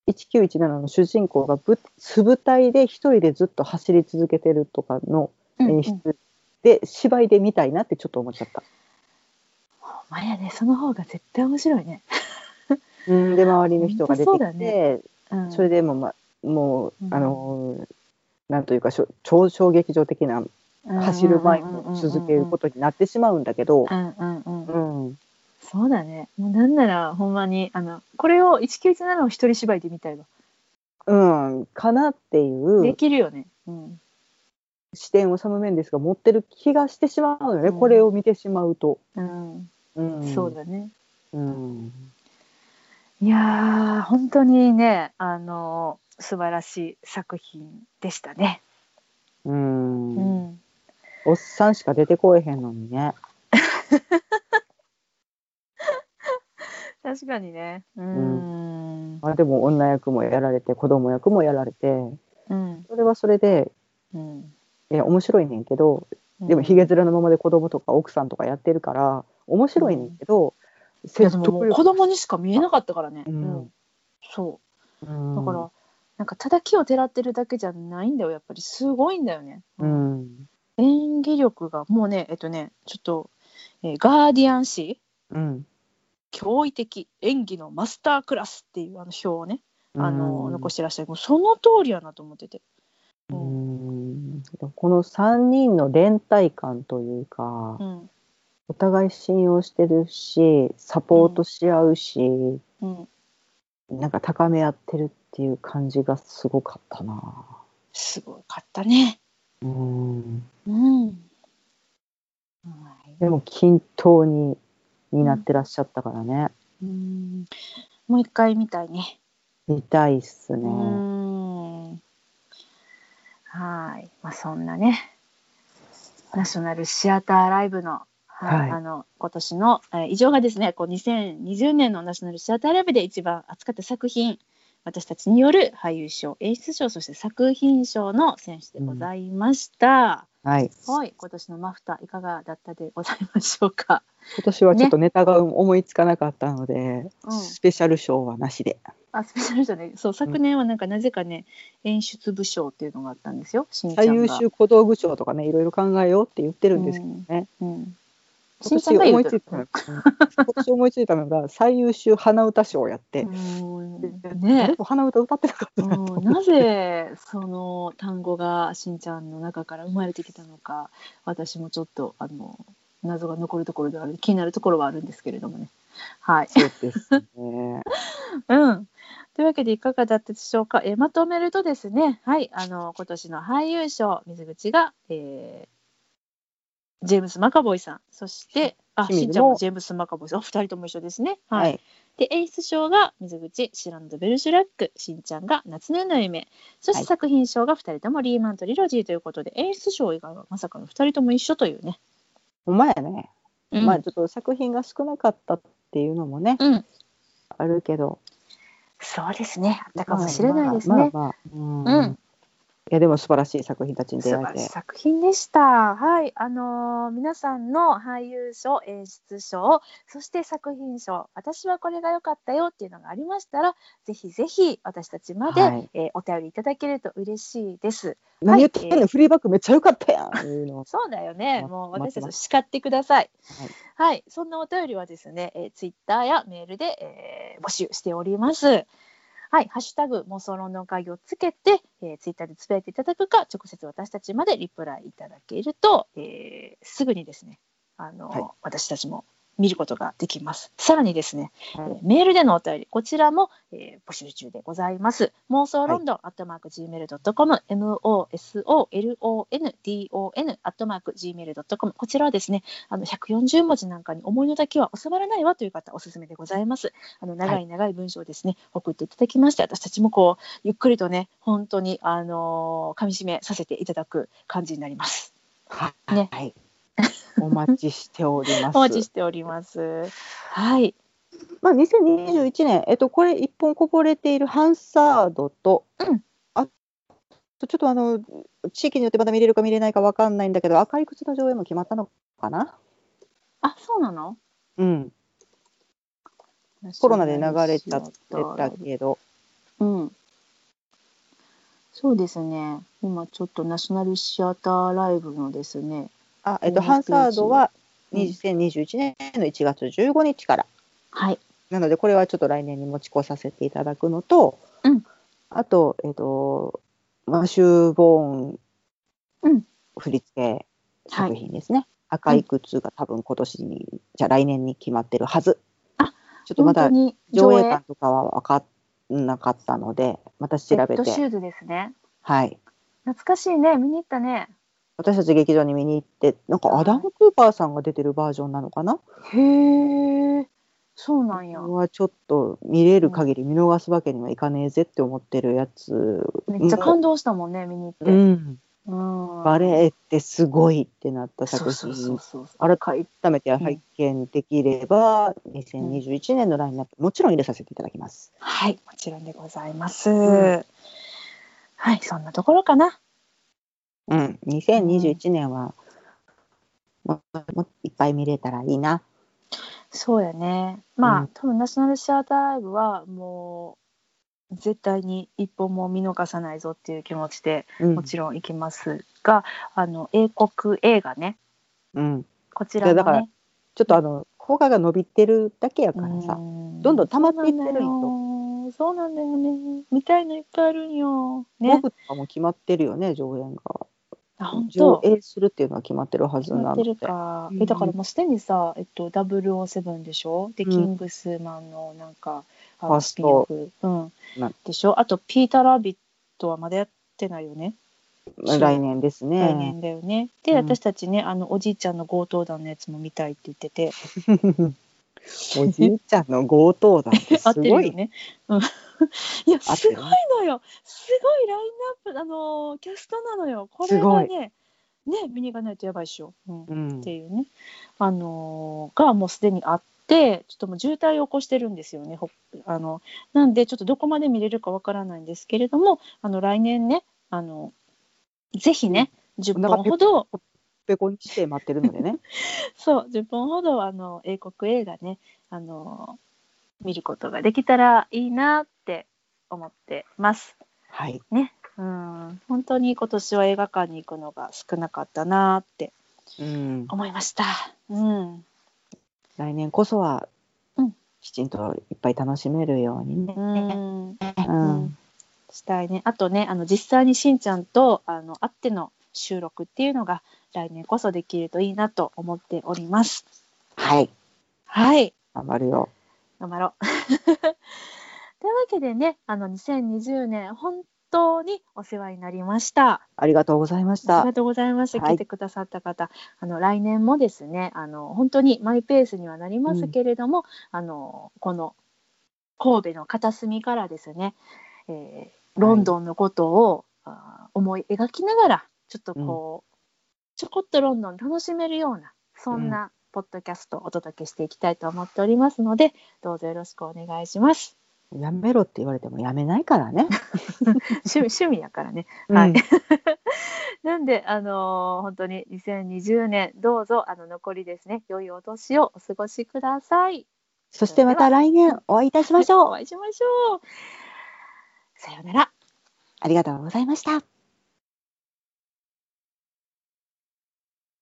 [SPEAKER 3] 1917の主人公がぶ素舞台で一人でずっと走り続けてるとかの演
[SPEAKER 1] うん
[SPEAKER 3] 出で芝居で見たいなってちょっと思っちゃった。
[SPEAKER 1] ほんまやね、その方が絶対面白いね。
[SPEAKER 3] うん、で周りの人が出て
[SPEAKER 1] 本
[SPEAKER 3] き
[SPEAKER 1] 当そうだ
[SPEAKER 3] てそ,、
[SPEAKER 1] うん
[SPEAKER 3] れでも,、ま、もう、
[SPEAKER 1] うん
[SPEAKER 3] あのなんというかしょ超衝撃場的な走る前も続けることになってしまうんだけど、
[SPEAKER 1] うんうんうんうん。
[SPEAKER 3] うん、
[SPEAKER 1] そうだね。もうなんならほんまにあのこれを1917を一人芝居で見たいわ。
[SPEAKER 3] うん、かなってい
[SPEAKER 1] で
[SPEAKER 3] う
[SPEAKER 1] きるよね。うん。
[SPEAKER 3] 視点をサム・メンデスが持ってる気がしてしまうのよね、
[SPEAKER 1] うん
[SPEAKER 3] これを見てしまうと。
[SPEAKER 1] うん。
[SPEAKER 3] うん、
[SPEAKER 1] そうだね。
[SPEAKER 3] うん
[SPEAKER 1] いやー本当にねあの素晴らしい作品でしたね。
[SPEAKER 3] うん
[SPEAKER 1] うん。
[SPEAKER 3] おっさんしか出てこえへんのにね。
[SPEAKER 1] 確かにね。うん。
[SPEAKER 3] まあ、でも女役もやられて子供役もやられて
[SPEAKER 1] うん。
[SPEAKER 3] それはそれで
[SPEAKER 1] うん。
[SPEAKER 3] いや面白いねんけどでもひげ面のままで子供とか奥さんとかやってるから面白いねんけど、
[SPEAKER 1] いや
[SPEAKER 3] 説
[SPEAKER 1] で
[SPEAKER 3] 得
[SPEAKER 1] ももう子供にしか見えなかったからね、
[SPEAKER 3] うん
[SPEAKER 1] そう
[SPEAKER 3] 力
[SPEAKER 1] だから、なんか叩きをてらってるだけじゃないんだよやっぱりすごいんだよね、
[SPEAKER 3] うん、
[SPEAKER 1] 演技力がもうねえっとねちょっと、えーガーディアン誌
[SPEAKER 3] うん
[SPEAKER 1] 驚異的演技のマスタークラスっていうあの表をね、あの残
[SPEAKER 3] し
[SPEAKER 1] してらっしゃるもうその通りやなと思ってて
[SPEAKER 3] う
[SPEAKER 1] うん
[SPEAKER 3] んこの3人の連帯感というか、
[SPEAKER 1] うん
[SPEAKER 3] お互い信用してるしサポートし合うし、
[SPEAKER 1] うん
[SPEAKER 3] なんか高め合ってるっていう感じがすごかったな。
[SPEAKER 1] すごかったね
[SPEAKER 3] うん
[SPEAKER 1] うん、
[SPEAKER 3] でも均等にになってらっしゃったからね、
[SPEAKER 1] うん、もう一回見たいね
[SPEAKER 3] 見たいっす
[SPEAKER 1] う
[SPEAKER 3] ね。
[SPEAKER 1] ーんはい、まあ、そんなねナショナルシアターライブの,、はい
[SPEAKER 3] はい
[SPEAKER 1] あの今年の、えー、以上がですねこう2020年のナショナルシアターライブで一番扱った作品私たちによる俳優賞演出賞そして作品賞の選手でございました、
[SPEAKER 3] はい、
[SPEAKER 1] はい今年のマフタいかがだったでございましょうか、
[SPEAKER 3] 今年はちょっとネタが思いつかなかったので、
[SPEAKER 1] うん
[SPEAKER 3] スペシャル賞はなしで。
[SPEAKER 1] あスペシャル賞ねそう昨年はなんかなぜかね、演出部賞っていうのがあったんですよしんちゃん
[SPEAKER 3] 最
[SPEAKER 1] が
[SPEAKER 3] 優秀小道具賞とかねいろいろ考えようって言ってるんですけどね、
[SPEAKER 1] うん、しん
[SPEAKER 3] 今
[SPEAKER 1] ちゃん
[SPEAKER 3] 年
[SPEAKER 1] が言
[SPEAKER 3] 思
[SPEAKER 1] う
[SPEAKER 3] い
[SPEAKER 1] と
[SPEAKER 3] つい
[SPEAKER 1] る
[SPEAKER 3] たのが今年思いついたのが最優秀鼻歌賞をやって、
[SPEAKER 1] うん
[SPEAKER 3] あ
[SPEAKER 1] ね
[SPEAKER 3] れ鼻歌歌ってなかったなと
[SPEAKER 1] うん、なぜその単語がしんちゃんの中から生まれてきたのか私もちょっとあの謎が残るところではある気になるところはあるんですけれどもね。はい、
[SPEAKER 3] そうです
[SPEAKER 1] うん、
[SPEAKER 3] ね。
[SPEAKER 1] というわけでいかがだったでしょうか、えーまとめるとですね、はい、あの今年の俳優賞水口が、えージェームス・マカボイさんそしてあ
[SPEAKER 3] 清水も
[SPEAKER 1] しんちゃんもジェームス・マカボイさんお二人とも一緒ですね。はい
[SPEAKER 3] はい。
[SPEAKER 1] で演出賞が水口シランド・ベルシュラックしんちゃんが「夏の夜の夢」そし
[SPEAKER 3] は
[SPEAKER 1] て
[SPEAKER 3] い
[SPEAKER 1] 作品賞が2人ともリーマントリロジーということで、演出賞以外はまさかの2人とも一緒というね。
[SPEAKER 3] お前ね、
[SPEAKER 1] うん
[SPEAKER 3] まあちょっと作品が少なかったっていうのもね、
[SPEAKER 1] うん、
[SPEAKER 3] あるけど。
[SPEAKER 1] そうですねあった
[SPEAKER 3] だ
[SPEAKER 1] かもしれないですね。
[SPEAKER 3] まあまあまあまあ。う
[SPEAKER 1] うん
[SPEAKER 3] ん。いやでも素晴らしい作品たちに
[SPEAKER 1] 素
[SPEAKER 3] 出会
[SPEAKER 1] 晴ら
[SPEAKER 3] え
[SPEAKER 1] しい
[SPEAKER 3] て。
[SPEAKER 1] 作品でした。はい、あのー皆さんの俳優賞、演出賞、そして作品賞、私はこれが良かったよっていうのがありましたら、ぜひぜひ私たちまで、
[SPEAKER 3] はい
[SPEAKER 1] えーお便りいただけると嬉しいです。
[SPEAKER 3] 何言ってん
[SPEAKER 1] は
[SPEAKER 3] の、
[SPEAKER 1] い
[SPEAKER 3] フリーバックめっちゃ良かったやん。いうの
[SPEAKER 1] そうだよね。
[SPEAKER 3] ま
[SPEAKER 1] もう
[SPEAKER 3] 待
[SPEAKER 1] 私
[SPEAKER 3] って
[SPEAKER 1] たちを
[SPEAKER 3] ます
[SPEAKER 1] 叱ってください。
[SPEAKER 3] はい
[SPEAKER 1] はい、そんなお便りはですね、えツイッター Twitter やメールで、えー募集しております。はい、ハッシュタグ妄想論の会をつけて、えツイッター Twitter でつぶやいていただくか、直接私たちまでリプライいただけると、えーすぐにですね、あの、
[SPEAKER 3] はい
[SPEAKER 1] 私たちも見ることができます。さらにですね、
[SPEAKER 3] はい
[SPEAKER 1] えーメールでのお便り、こちらも、えー募集中でございます。妄想ロンドン、アットマーク Gmail.com、MOSOLONDON、アットマーク Gmail.com、こちらはですね、あの140文字なんかに思いの丈は収まらないわという方、おすすめでございます。あの長い長い文章をですね、送っていただきまして、私たちもこう、ゆっくりとね、本当に、あのー噛み締めさせていただく感じになります。
[SPEAKER 3] はい
[SPEAKER 1] ね
[SPEAKER 3] はい。お待ちして おります。
[SPEAKER 1] お待ちしております。はい。
[SPEAKER 3] まあ、2021年、えっと、これ一本こぼれているハンサードと、
[SPEAKER 1] うん
[SPEAKER 3] あとちょっとあの地域によってまだ見れるか見れないかわかんないんだけど赤い靴の上映も決まったのかな、
[SPEAKER 1] あ、そうなの
[SPEAKER 3] うん、コロナで流れちゃってたけど、
[SPEAKER 1] うん。そうですね。今ちょっとナショナルシアターライブのですね。
[SPEAKER 3] あえっと、
[SPEAKER 1] うん
[SPEAKER 3] ハンサードは
[SPEAKER 1] うん
[SPEAKER 3] 2021年の1月15日から、
[SPEAKER 1] はい。
[SPEAKER 3] なのでこれはちょっと来年に持ち越させていただくのと、
[SPEAKER 1] うん
[SPEAKER 3] あと、えっと、マシュー・ボーン
[SPEAKER 1] うん
[SPEAKER 3] 振り付け
[SPEAKER 1] は
[SPEAKER 3] 作
[SPEAKER 1] い。
[SPEAKER 3] 品ですね。赤い靴が多分今年に、じゃあ来年に決まってるはず。
[SPEAKER 1] あ
[SPEAKER 3] ちょっとまだ
[SPEAKER 1] 本当に
[SPEAKER 3] 上映館とかは分かんなかったので、また調べ
[SPEAKER 1] レッドシ
[SPEAKER 3] て、
[SPEAKER 1] ューズですね。
[SPEAKER 3] はい。
[SPEAKER 1] 懐かしいね。見に行ったね。
[SPEAKER 3] 私たち劇場に見に行って、なんかアダム・クーパーさんが出てるバージョンなのかな、
[SPEAKER 1] へえ。そうなんや
[SPEAKER 3] こ。れはちょっと見れる限り見逃すわけにはいかねえぜって思ってるやつ、
[SPEAKER 1] めっちゃ感動したもんね。見に行っ
[SPEAKER 3] う
[SPEAKER 1] て。
[SPEAKER 3] ん、
[SPEAKER 1] うん。
[SPEAKER 3] バレエってすごいってなった
[SPEAKER 1] そ
[SPEAKER 3] 作
[SPEAKER 1] うそうそ
[SPEAKER 3] 品
[SPEAKER 1] うそう。
[SPEAKER 3] 改めて拝見できれば、2021年のラインナップもちろん入れさせていただきます。
[SPEAKER 1] はい、もちろんでございます。
[SPEAKER 3] ん
[SPEAKER 1] はい、そんなところかな。
[SPEAKER 3] うん、2021年は、ももいっぱい見れたらいいな。
[SPEAKER 1] そうやね。まあ、
[SPEAKER 3] うん
[SPEAKER 1] 多分ナショナルシアターライブはもう絶対に一本も見逃さないぞっていう気持ちで
[SPEAKER 3] うん
[SPEAKER 1] もちろん行きますが、あの英国映画ね、
[SPEAKER 3] うん、
[SPEAKER 1] こちら
[SPEAKER 3] いやだ
[SPEAKER 1] の
[SPEAKER 3] から
[SPEAKER 1] ね、
[SPEAKER 3] ちょっとあの効果が伸びてるだけやからさ、どんどん溜まっていってるんよ。
[SPEAKER 1] んよ。そうなんだよね。見たいのいっぱいあるんよ。
[SPEAKER 3] 僕
[SPEAKER 1] ね。
[SPEAKER 3] とかも決まってるよね、上演が。
[SPEAKER 1] あ本
[SPEAKER 3] 上
[SPEAKER 1] 当。
[SPEAKER 3] 映するっていうのは決まってるはず
[SPEAKER 1] 決
[SPEAKER 3] な
[SPEAKER 1] まっ
[SPEAKER 3] の
[SPEAKER 1] て
[SPEAKER 3] で
[SPEAKER 1] る。か、
[SPEAKER 3] うん
[SPEAKER 1] えだからもうすでにさ、えっと、007でしょで、
[SPEAKER 3] うん
[SPEAKER 1] キングスマンのなんかあ
[SPEAKER 3] ファ
[SPEAKER 1] の
[SPEAKER 3] ース
[SPEAKER 1] スピンオ
[SPEAKER 3] ト
[SPEAKER 1] フ、うん
[SPEAKER 3] な、
[SPEAKER 1] でしょあとピーター・ラビットはまだやってないよね、
[SPEAKER 3] まあ来年です
[SPEAKER 1] 来
[SPEAKER 3] ね。
[SPEAKER 1] 年だよねで、
[SPEAKER 3] うん
[SPEAKER 1] 私たちねあのおじいちゃんの強盗団のやつも見たいって言ってて
[SPEAKER 3] おじいちゃんの強盗団って
[SPEAKER 1] 合っ
[SPEAKER 3] す
[SPEAKER 1] て
[SPEAKER 3] ご
[SPEAKER 1] るよ
[SPEAKER 3] い。
[SPEAKER 1] ね、うん、 いや
[SPEAKER 3] 合っ
[SPEAKER 1] す
[SPEAKER 3] て
[SPEAKER 1] ごい
[SPEAKER 3] るね
[SPEAKER 1] のよすごいラインナップあのーキャストなのよこれ
[SPEAKER 3] すご
[SPEAKER 1] が
[SPEAKER 3] い
[SPEAKER 1] ねね見に行かないとやばいっしょ、うん
[SPEAKER 3] うん
[SPEAKER 1] っていうね、あのーがもうすでにあってちょっともう渋滞を起こしてるんですよねほあのなんでちょっとどこまで見れるかわからないんですけれどもあの来年ねあのぜひね10
[SPEAKER 3] お
[SPEAKER 1] 本
[SPEAKER 3] 腹ペコ
[SPEAKER 1] ほど
[SPEAKER 3] ペコにして待ってるのでね。
[SPEAKER 1] そう10本ほどあの英国映画ねあの見ることができたらいいなって思ってます。
[SPEAKER 3] はい。
[SPEAKER 1] うん、本当に今年は映画館に行くのが少なかったなって
[SPEAKER 3] うん、
[SPEAKER 1] 思いました。うん、
[SPEAKER 3] 来年こそは、
[SPEAKER 1] うん
[SPEAKER 3] きちんといっぱい楽しめるようにね。
[SPEAKER 1] うん、
[SPEAKER 3] うん。
[SPEAKER 1] したいね。あとね、あの実際にしんちゃんとあの会っての収録っていうのが来年こそできるといいなと思っております。
[SPEAKER 3] はい。
[SPEAKER 1] はい、
[SPEAKER 3] 頑張るよ。
[SPEAKER 1] 頑張ろう。 というわけでね、あの2020年本当にお世話になりました。
[SPEAKER 3] ありがとうございまし
[SPEAKER 1] あり
[SPEAKER 3] た。
[SPEAKER 1] がとうございました。
[SPEAKER 3] はい
[SPEAKER 1] 来てくださった方、あの来年もですね、あの本当にマイペースにはなりますけれども、あのこの神戸の片隅からですね、えーロンドンのことを、あー思い描きながら、ちょっとこう、ちょこっとロンドン楽しめるようなそんなポッドキャストをお届けしていきたいと思っておりますので、どうぞよろしくお願いします。
[SPEAKER 3] やめろって言われてもやめないから ね。
[SPEAKER 1] 趣味趣味やからね。
[SPEAKER 3] は
[SPEAKER 1] はいい。なんで、あのー本当に2020年、どうぞ、あの、残りですね、良いお年をお過ごしください。
[SPEAKER 3] そしてまた来年お会いいたしましょう。
[SPEAKER 1] お会いしましょう。さようなら。
[SPEAKER 3] ありがとうございました。